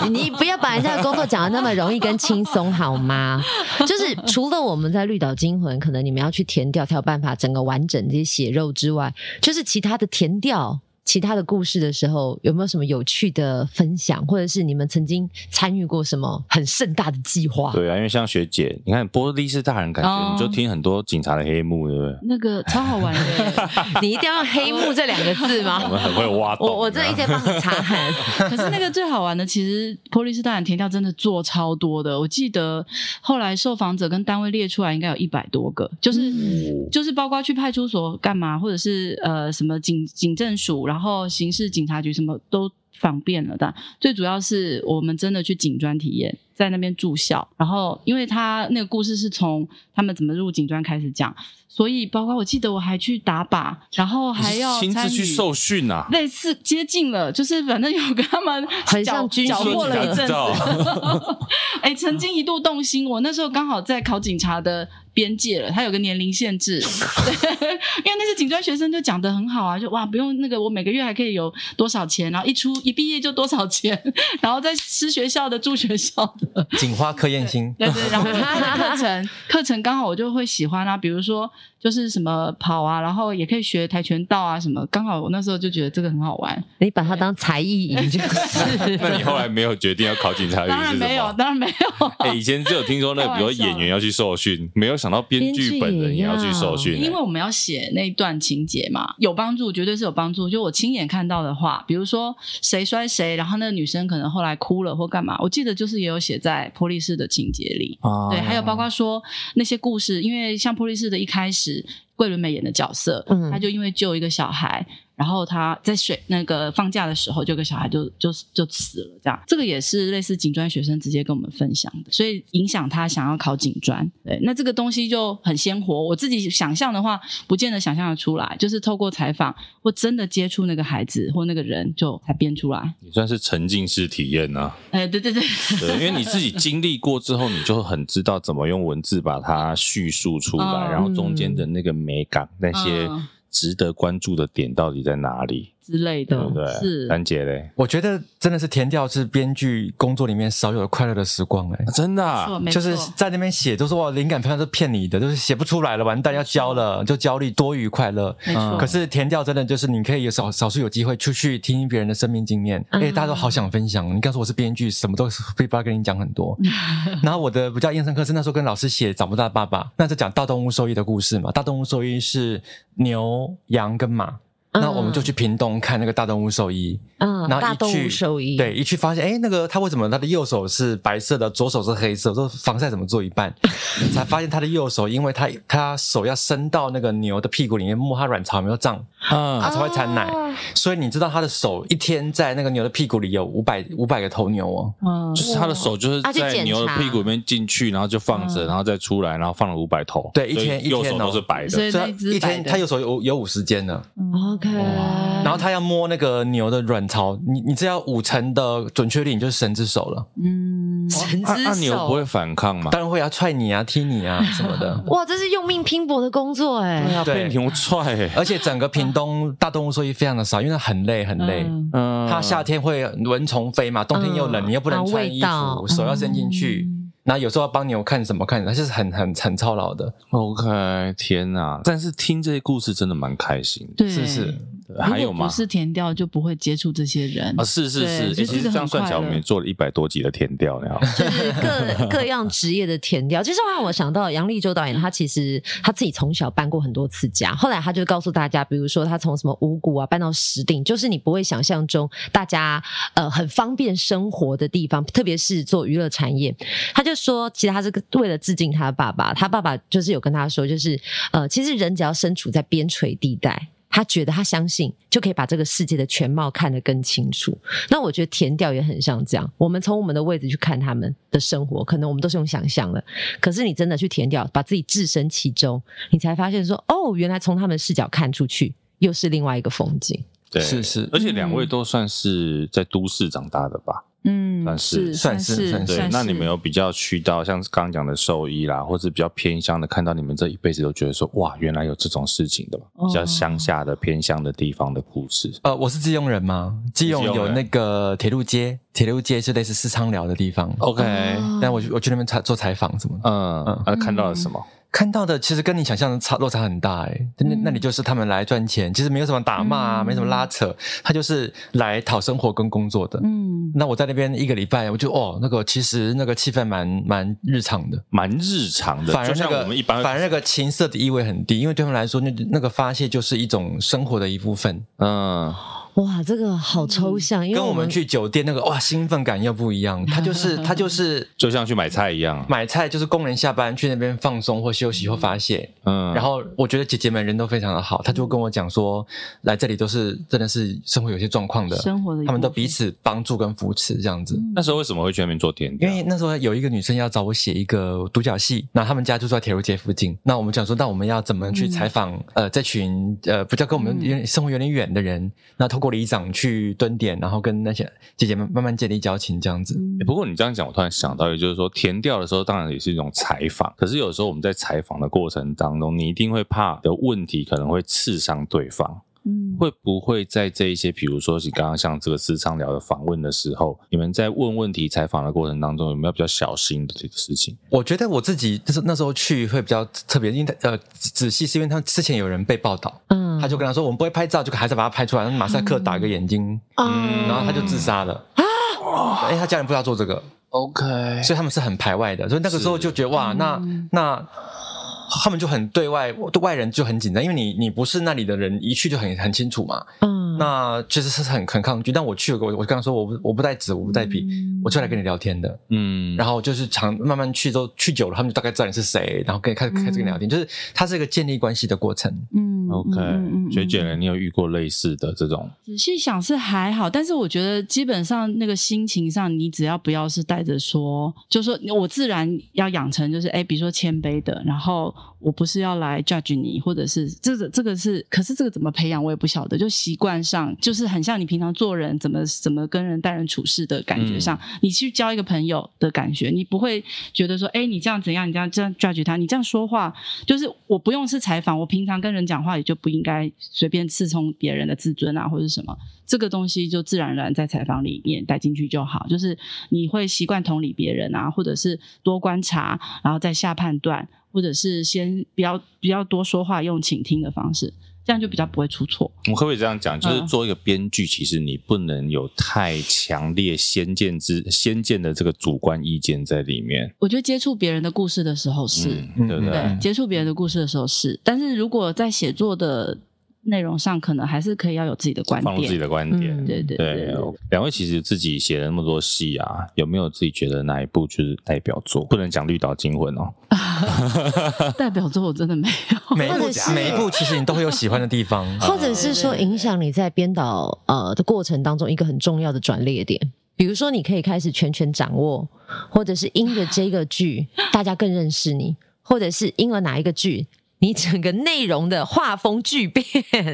得 *laughs* 你不要把人家的工作讲的那么容易跟轻松好吗？就是除了我们在绿岛惊魂，可能你们要去填掉才有办法整个完整这些血肉之外，就是其他的填掉。其他的故事的时候，有没有什么有趣的分享，或者是你们曾经参与过什么很盛大的计划？对啊，因为像学姐，你看波利斯大人，感哦觉你就听很多警察的黑幕，对不对？那个超好 *laughs* 玩的， *laughs* *laughs* 你一定要用“黑幕”这两个 *laughs* 字我吗？们很会挖洞。我我这一直在帮你擦汗。可是那个最好玩的，其实波利斯大人填调真的做超多的。我记得后来受访者跟单位列出来，应该有一百多个，就是、嗯就是包括去派出所干嘛，或者是呃什么警警政署，然后刑事警察局什么都访遍了。但最主要是我们真的去警专体验，在那边住校。然后因为他那个故事是从他们怎么入警专开始讲，所以包括我记得我还去打靶，然后你是还要亲参自与去受训 *laughs* 啊。类似接近了，就是反正有跟他们很搅像军搅训和了一你阵知子道。 *laughs* 哎、曾经一度动心，我那时候刚好在考警察的边界了，他有个年龄限制， *laughs* 对，因为那些警专学生就讲的很好啊，就哇不用那个，我每个月还可以有多少钱，然后一出一毕业就多少钱， *laughs* 然后再吃学校的住学校 *laughs* 的，警花柯燕星，对对，然后他的课程课程刚好我就会喜欢啊，比如说就是什么跑啊，然后也可以学跆拳道啊什么，刚好我那时候就觉得这个很好玩。你把它当才艺营 *laughs* 就是。那你后来没有决定要考警察局当然是什没有，么？当然没有。哎，以前只有听说 *laughs* 那个，比如说演员要去受训，没有想到编剧本人也要去受训。 *laughs* 欸因为我们要写那一段情节嘛，有帮助，绝对是有帮助。就我亲眼看到的话，比如说谁摔谁，然后那个女生可能后来哭了或干嘛，我记得就是也有写在《波利士》的情节里。啊对，还有包括说那些故事，因为像《波利士》的一开始，桂纶镁演的角色，嗯她就因为救一个小孩，然后他在水那个放假的时候，就有个小孩就就就死了，这样这个也是类似警专学生直接跟我们分享的，所以影响他想要考警专。对，那这个东西就很鲜活，我自己想象的话，不见得想象得出来，就是透过采访或真的接触那个孩子或那个人，就才编出来。也算是沉浸式体验呐、哎，对对对，对，因为你自己经历过之后，你就很知道怎么用文字把它叙述出来，嗯然后中间的那个美感，那些嗯值得关注的点到底在哪里，之类对的不，对？嗯是丹姐嘞，我觉得真的是填掉是编剧工作里面少有的快乐的时光哎、啊真的没错啊、没就错是在那边写，都说哇灵感漂亮，都骗你的，就是写不出来了，完蛋要交了，就焦虑多于快乐。没错，可是填掉真的就是你可以有少少数有机会出去听别人的生命经验，哎、嗯大家都好想分享。你告诉我是编剧，什么都是可以跟你讲很 *laughs* 多。然后我的比较印象深刻是那时候跟老师写《长不大的爸爸》，那是讲大动物兽医的故事嘛。大动物兽医是牛、羊跟马，那我们就去屏东看那个大动物兽医。嗯，然后大一动去物兽医，对，一去发现，哎，那个他为什么他的右手是白色的，左手是黑色？我说防晒怎么做一半， *laughs* 才发现他的右手，因为他他手要伸到那个牛的屁股里面摸它卵巢有没有胀，啊它才会产奶。啊所以你知道他的手一天在那个牛的屁股里有五百五百个头牛哦。嗯就是他的手就是啊去在检牛的查屁股里面进去，然后就放着，嗯然后再出来，然后放了五百头，对一所以天一右天手哦都是白所的，以所那以一他只一白天他的，有手有有五十间呢， ，OK，哇然后他要摸那个牛的卵巢，你你只要五成的准确率，你就是神之手了。嗯，神那、啊、之牛手。不会反抗吗？当然会要踹你啊、踢你啊什么的 *laughs* 哇，这是用命拼搏的工作啊哎，要被牛踹、欸，而且整个屏东大动物兽医非常的少，因为它很累很累。嗯嗯，它夏天会蚊虫飞嘛，冬天又冷，嗯你又不能穿衣然后哦服，味手要伸进去。嗯然后有时候要帮牛看什么看，它就是很很很操劳的， OK，天哪！但是听这些故事真的蛮开心的，对，是不是？对如还有果吗不？是填掉，就不会接触这些人啊，。是是对是，欸就其是实这样很算快起来，我们乐也做了一百多集的填调，你好，就是各各样职业的填掉。其实让我想到杨立洲导演，他其实他自己从小搬过很多次家，后来他就告诉大家，比如说他从什么五谷啊搬到石碇，就是你不会想象中大家呃很方便生活的地方，特别是做娱乐产业。他就说，其实他是为了致敬他的爸爸，他爸爸就是有跟他说，就是呃，其实人只要身处在边陲地带。他觉得他相信就可以把这个世界的全貌看得更清楚，那我觉得填掉也很像这样，我们从我们的位置去看他们的生活，可能我们都是用想象的。可是你真的去填掉，把自己置身其中，你才发现说，哦，原来从他们视角看出去，又是另外一个风景。对，是是而且两位都算是在都市长大的吧？嗯算是算是算是对，那你们有比较去到像刚刚讲的兽医啦，或是比较偏乡的，看到你们这一辈子都觉得说，哇，原来有这种事情的嘛？比较哦乡下的偏乡的地方的故事，呃，我是基隆人嘛，基隆基隆有人那个铁路街，铁路街是类似市昌寮的地方。 OK 哦但我去我去那边采做采访什么的，嗯，啊，看到了什么？看到的其实跟你想象的差落差很大哎、真的，那里就是他们来赚钱，其实没有什么打骂啊，嗯没什么拉扯，他就是来讨生活跟工作的。嗯，那我在那边一个礼拜，我就哦，那个其实那个气氛蛮蛮日常的，蛮日常的，反而就那像个我们一般，反而那个情色的意味很低，因为对他们来说，那那个发泄就是一种生活的一部分，嗯，哇，这个好抽象，因为跟我我们们去酒店那个哇兴奋感又不一样。他就是他就是就像去买菜一样，买菜，就是工人下班去那边放松或休息或发泄。嗯，然后我觉得姐姐们人都非常的好，她就跟我讲说，来这里都是真的是生活有些状况的，生活的一部分他们都彼此帮助跟扶持这样子。那时候为什么会去那边做甜因点？啊为那时候有一个女生要找我写一个独角戏，那他们家就在铁路街附近。那我们讲说，那我们要怎么去采访、呃这群呃比较跟我们有点生活有点远的人？那透过里长去蹲点，然后跟那些姐姐们慢慢建立交情，这样子。嗯欸不过你这样讲，我突然想到，也就是说，填掉的时候当然也是一种采访，可是有时候我们在采访的过程当中，你一定会怕的问题可能会刺伤对方。嗯会不会在这一些，比如说你刚刚像这个私商聊的访问的时候，你们在问问题、采访的过程当中，有没有比较小心的这个事情？我觉得我自己就是那时候去会比较特别，因为他呃仔细是因为他之前有人被报道，嗯他就跟他说我们不会拍照，就还是把他拍出来，马赛克打个眼睛，嗯然后他就自杀了。啊！哎，他家人不知道做这个，OK，所以他们是很排外的，所以那个时候就觉得哇，那那他们就很对外对外人就很紧张，因为你你不是那里的人，一去就很很清楚嘛。嗯那其实是很很抗拒，但我去了，我我刚刚说我不我不带纸，我不带笔，嗯我就来跟你聊天的。嗯，然后就是常慢慢去都去久了，他们就大概知道你是谁，然后跟你开始开始跟你聊天，就是它是一个建立关系的过程。嗯 OK，学姐呢？你有遇过类似的这种？仔细想是还好，但是我觉得基本上那个心情上，你只要不要是带着说，就说我自然要养成就是哎，比如说谦卑的，然后我不是要来 judge 你，或者是这个这个是，可是这个怎么培养我也不晓得，就习惯上就是很像你平常做人怎么怎么跟人待人处事的感觉上，你去交一个朋友的感觉，你不会觉得说哎，你这样怎样，你这样这样 judge 他，你这样说话，就是我不用是采访，我平常跟人讲话也就不应该随便刺冲别人的自尊啊，或者是什么，这个东西就自然而然在采访里面带进去就好。就是你会习惯同理别人啊，或者是多观察，然后再下判断，或者是先不要不要多说话，用倾听的方式，这样就比较不会出错。我可不可以这样讲？就是嗯做一个编剧，其实你不能有太强烈先见之先见的这个主观意见在里面，我觉得接触别人的故事的时候是。嗯、对不对？对，接触别人的故事的时候是，但是如果在写作的内容上，可能还是可以要有自己的观放入自己点。的观点。嗯，对对对对，，两位其实自己写了那么多戏啊，有没有自己觉得哪一部就是代表作？不能讲《绿岛惊魂》哦，代表作我真的没有。每一或者部是每一部其实你都会有喜欢的地 *laughs* 方，或者是说嗯对对对影响你在编导呃的过程当中一个很重要的转捩点。比如说，你可以开始全权掌握，或者是因着这个剧，大家更认识你，或者是因了哪一个剧，你整个内容的画风巨变，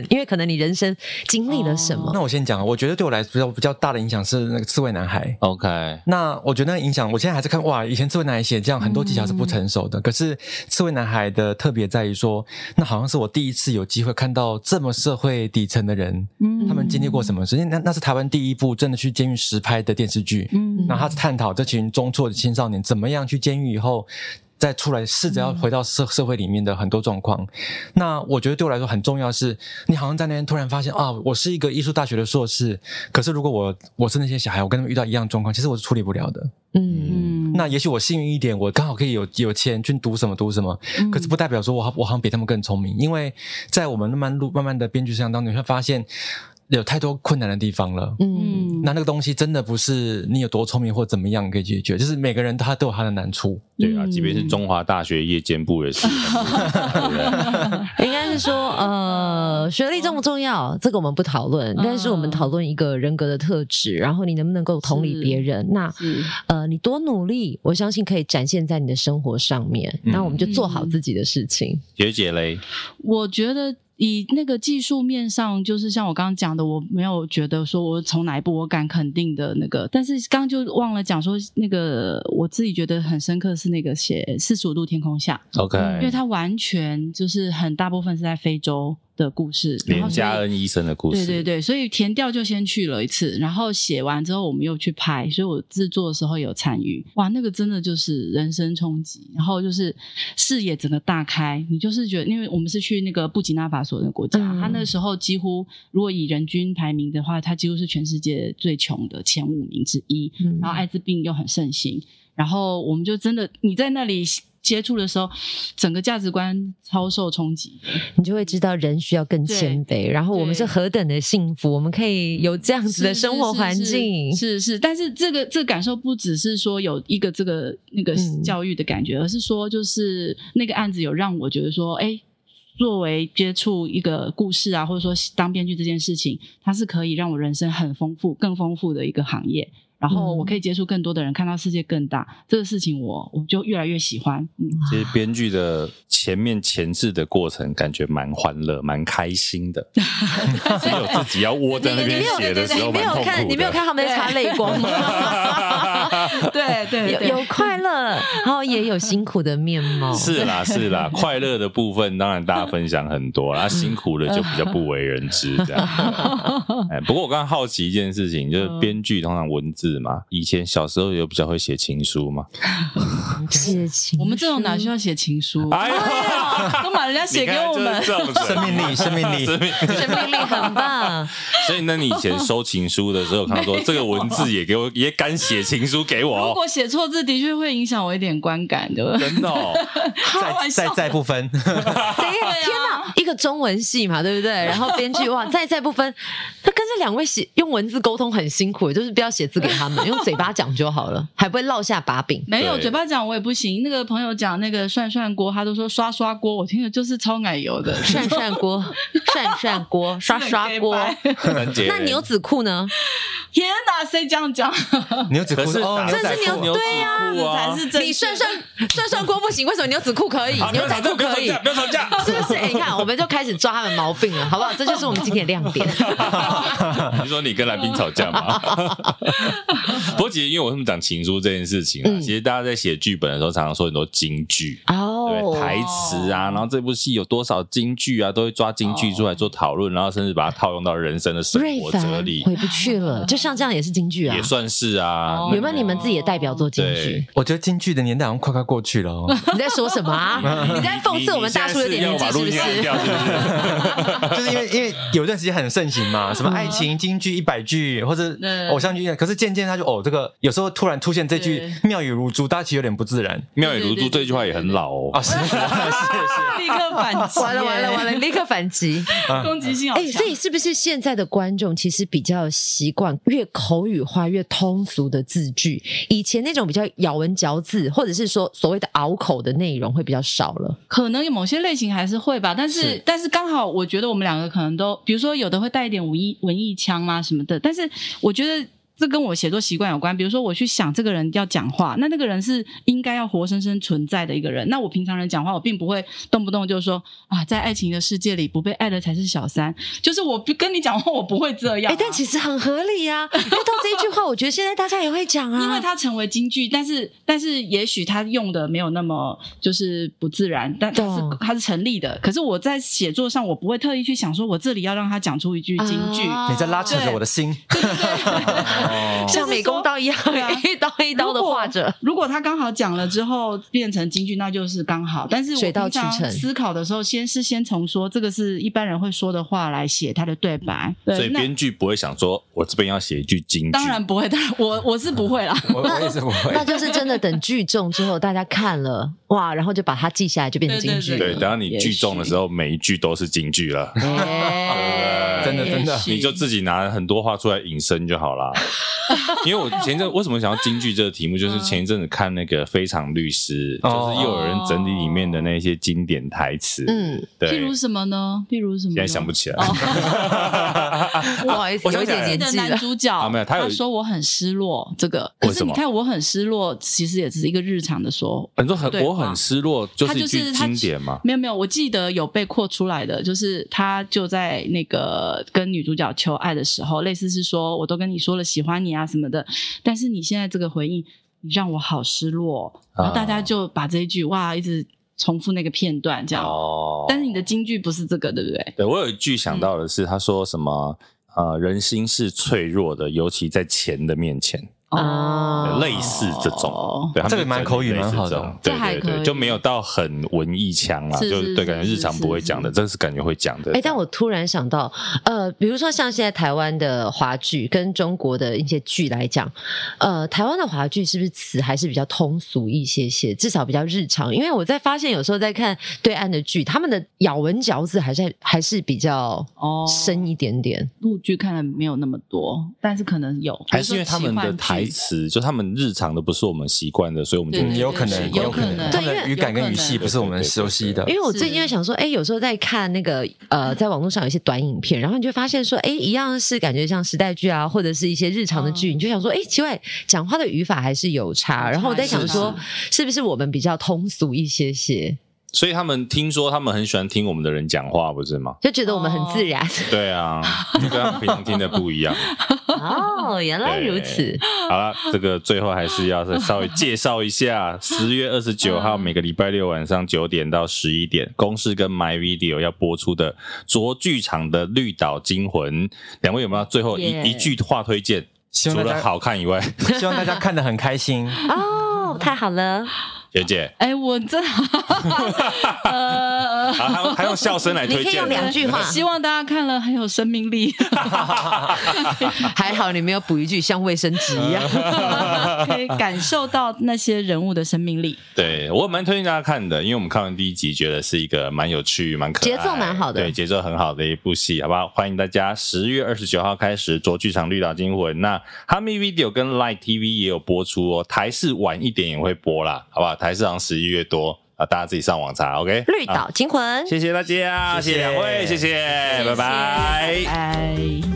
因为可能你人生经历了什哦么。那我先讲，啊我觉得对我来说比较比较大的影响是那个刺猬男孩。 OK，那我觉得那个影响，我现在还是看哇，以前刺猬男孩写这样很多技巧是不成熟的，可是刺猬男孩的特别在于说，那好像是我第一次有机会看到这么社会底层的人，嗯他们经历过什么事？因为那那是台湾第一部真的去监狱实拍的电视剧，嗯那他探讨这群中辍的青少年怎么样去监狱以后。再出来，试着要回到社社会里面的很多状况。那我觉得对我来说很重要是，你好像在那边突然发现啊，我是一个艺术大学的硕士，可是如果我我是那些小孩，我跟他们遇到一样状况，其实我是处理不了的。嗯，嗯那也许我幸运一点，我刚好可以有有钱去读什么读什么，嗯可是不代表说我好我好像比他们更聪明，因为在我们慢慢路慢慢的编剧生涯当中，你会发现有太多困难的地方了。嗯，嗯那那个东西真的不是你有多聪明或怎么样可以解决，就是每个人他都有他的难处。对啊，即便是中华大学夜间部也是，对不对应该是说，呃，学历重不重要？这个我们不讨论，嗯但是我们讨论一个人格的特质，然后你能不能够同理是别人？那是呃，你多努力，我相信可以展现在你的生活上面。嗯那我们就做好自己的事情。学姐嗯嘞，我觉得以那个技术面上，就是像我刚刚讲的，我没有觉得说我从哪一部我敢肯定的那个，但是刚刚就忘了讲说那个我自己觉得很深刻是那个写四十五度天空下， OK，嗯因为它完全就是很大部分是在非洲的故事，然连后所以家恩医生的故事，对对对，所以填调就先去了一次，然后写完之后我们又去拍，所以我制作的时候有参与。哇，那个真的就是人生冲击，然后就是视野整个大开，你就是觉得，因为我们是去那个布吉纳法索那个国家，嗯他那时候几乎如果以人均排名的话，他几乎是全世界最穷的前五名之一。嗯然后艾滋病又很盛行，然后我们就真的你在那里接触的时候，整个价值观超受冲击。你就会知道人需要更谦卑，然后我们是对何等的幸福，我们可以有这样子的生活环境。是是是，但是这个这个感受不只是说有一个这个那个嗯教育的感觉，而是说就是那个案子有让我觉得说，哎。作为接触一个故事啊，或者说当编剧这件事情，它是可以让我人生很丰富、更丰富的一个行业。然后嗯我可以接触更多的人，看到世界更大，这个事情我我就越来越喜欢。 *laughs* 嗯，其实编剧的前面前置的过程，感觉蛮欢乐、蛮开心 *laughs* 的。只有自己要窝在那边写的时候，你没蛮有痛苦看，的。你没有看他们在擦泪光 *laughs* 吗？对对有有快乐，然后也有辛苦的面貌。是 *laughs* 啦是啦，快乐的部分当然大家分享很多 *laughs* 啦，辛苦的就比较不为人知这样。哎，不过我刚刚好奇一件事情，就是嗯编剧通常文字嘛，以前小时候有比较会写情书嘛。谢谢。我们这种哪需要写情 *laughs* 书？哎呦，都把人家写给我们你看就是。这种人生 *laughs* 命力，生命力，生命力。生命力很棒，所以，那你以前收情书的时候，看到说这个文字也给我，也敢写情书给如我，果写错字，的确会影响我一点观感，对吧？真的、哦，在在在不 *laughs* 分，等一下，天哪，一个中文系嘛，对不 *laughs* 对？然后编剧哇，再再不分，他跟这两位写用文字沟 *laughs* 通很辛苦，就是不要写字给他们，用嘴巴讲就好了，还不会落下把柄。没有对嘴巴讲，我也也不行。那个朋友讲那个涮涮锅，他都说刷刷锅，我听着就是超奶油的。涮涮锅， *laughs* 涮涮锅，刷刷锅。很解。那牛子裤呢？天哪，谁这样讲？牛仔可裤是哦，打这仔是牛裤牛仔对啊裤啊才，是真你涮涮涮涮锅不行，为什么牛子裤可以？啊不牛要仔吵裤架，不要可吵以架，？不要吵架。是不是？哎你看，我们就开始抓他们毛病了， *laughs* 好不好？这就是我们今天的亮点。你说你跟来宾吵架吗？不过其实因为我这么讲情书这件事情啊，嗯其实大家在写剧本的时候，常常说很多金句。对不哦对，台词啊，然后这部戏有多少金句啊，都会抓金句出来做讨论，然后甚至把它套用到人生的生哦瑞活凡哲理，回不去了，就像这样也是京剧啊也。算是啊。哦那有没有你们自己的代表作京剧对？我觉得京剧的年代好像快快过去了 *laughs* 哦， *laughs* 你在说什 *laughs* 么啊？你在讽刺我们大叔有你点你年现纪在是是不要把录音按是？掉是不是？*laughs* 就是因为因为有段时间很盛行 *laughs* 嘛，什么爱情京剧一百句或者嗯偶像剧，可是渐渐他就哦，这个有时候突然出现这句对妙语如珠，大家其实有点不自然妙语如珠这句话也很老哦啊，。是 *laughs* 是 *laughs* 是，立刻反击，完了完了完了，立刻反击！了，攻击性好哎、强。所以是不是现在的观众其实比较习惯越口语化、越通俗的字句？以前那种比较咬文嚼字，或者是说所谓的拗口的内容会比较少了。可能有某些类型还是会吧，但是是但是刚好我觉得我们两个可能都，比如说有的会带一点文艺文艺腔啊什么的，但是我觉得。这跟我写作习惯有关，比如说我去想这个人要讲话，那那个人是应该要活生生存在的一个人。那我平常人讲话，我并不会动不动就说啊，在爱情的世界里，不被爱的才是小三。就是我不跟你讲话，我不会这样啊、哎、但其实很合理呀、 *laughs* 啊。遇到这一句话，我觉得现在大家也会讲啊，因为它成为京剧，但是但是也许它用的没有那么就是不自然，但它是懂它是成立的。可是我在写作上，我不会特意去想说我这里要让他讲出一句京剧。啊你在拉扯着我的心，对对对， *laughs* 像美工刀一样对啊， *laughs* 一刀一刀的画着。如果他刚好讲了之后变成京剧，那就是刚好。但是我水到平常渠成思考的时候，先是先从说这个是一般人会说的话来写他的对白。所对，以那编剧不会想说，我这边要写一句京剧。当然不会，当然我我是不会啦。我我也是不 *laughs* 会那。就是真的等剧中之后，大家看了哇，然后就把它记下来，就变成京剧对，了。等到你剧中的时候，每一句都是京剧了。 *laughs* *laughs* 哎真的真的啊你就自己拿很多话出来引申就好 *laughs* 啦。因为我前阵为什么想要京剧这个题目，就是前一阵子看那个《非常律师》，哦就是又有人整理里面的那些经典台词。嗯，譬对，如什么呢？譬如什么呢？现在想不起来。 *laughs* 不好意思，哦我想有一起来了点年的纪男了。主角，啊没有他有说我很失落，这个为可是什么你看我很失落，其实也只是一个日常的说。很多很对我啊很失落，就他是一就是句他经典嘛。没有没有，我记得有被扩出来的，就是他就在那个跟女主角求爱的时候，类似是说我都跟你说了喜欢你啊什么的，但是你现在这个回应，你让我好失落。啊然后大家就把这一句哇一直重复那个片段这样，哦但是你的京剧不是这个，对不对？对我有一句想到的是，嗯他说什么？呃，人心是脆弱的，尤其在钱的面前，哦对类似这种，对，他们这个蛮口语整理类似蛮好的这种这对还对可对，以就没有到很文艺腔啦，是就是对，是感觉日常不会讲的，是这是感觉会讲的。哎，但我突然想到，呃，比如说像现在台湾的华剧跟中国的一些剧来讲，呃，台湾的华剧是不是词还是比较通俗一些些，至少比较日常？因为我在发现有时候在看对岸的剧，他们的咬文嚼字还是还是比较哦深一点点。陆剧看的没有那么多，但是可能有，还是因为比如他说们的奇幻剧台词，就他们日常的不是我们习惯的，所以我们就对会嗯，觉有得可能，有可可能他对们因的为语感有可跟能语系不是我们熟悉的因。为我最近在想说，哎、有时候在看那个呃，在网络上有一些短影片，然后你就发现说，哎、一样是感觉像时代剧啊，或者是一些日常的剧，你就想说，哎、奇怪，讲话的语法还是有差。有然后我差在想说，是不是我们比较通俗一些些，所以他们听说他们很喜欢听我们的人讲话，不是吗？就觉得我们很自然？对 *laughs* 啊，就跟他们平常听的不一样。哦原来如此。 *laughs* 好了，这个最后还是要再稍微介绍一下，十月二十九嗯号每个礼拜六晚上九点到十一点，公视跟 My Video 要播出的卓剧场的《绿岛惊魂》，两位有没有最后一 Yeah 一句话推荐？希除望大了家好看以外， *laughs* *laughs* 希望大家看得很开心。哦，太好了！学姐，哎、我真的，呃，呃啊，他他用笑声来推你可以荐用两的，句话，希望大家看了很有生命力， *laughs* 还好你没有补一句像卫生纸一样。可以感受到那些人物的生命力。对我蛮推荐大家看的，因为我们看完第一集，觉得是一个蛮有趣、蛮可爱、节奏蛮好的对节奏很好的一部戏，好不好？欢迎大家十月二十九号开始卓剧场《绿岛惊魂》，那哈密 Video 跟 Light TV 也有播出哦，台视晚一点也会播啦，好不好？台台市场十一月多啊，大家自己上网查，OK？绿啊岛惊魂，谢谢大家，谢谢谢谢两位，谢谢，拜拜。拜。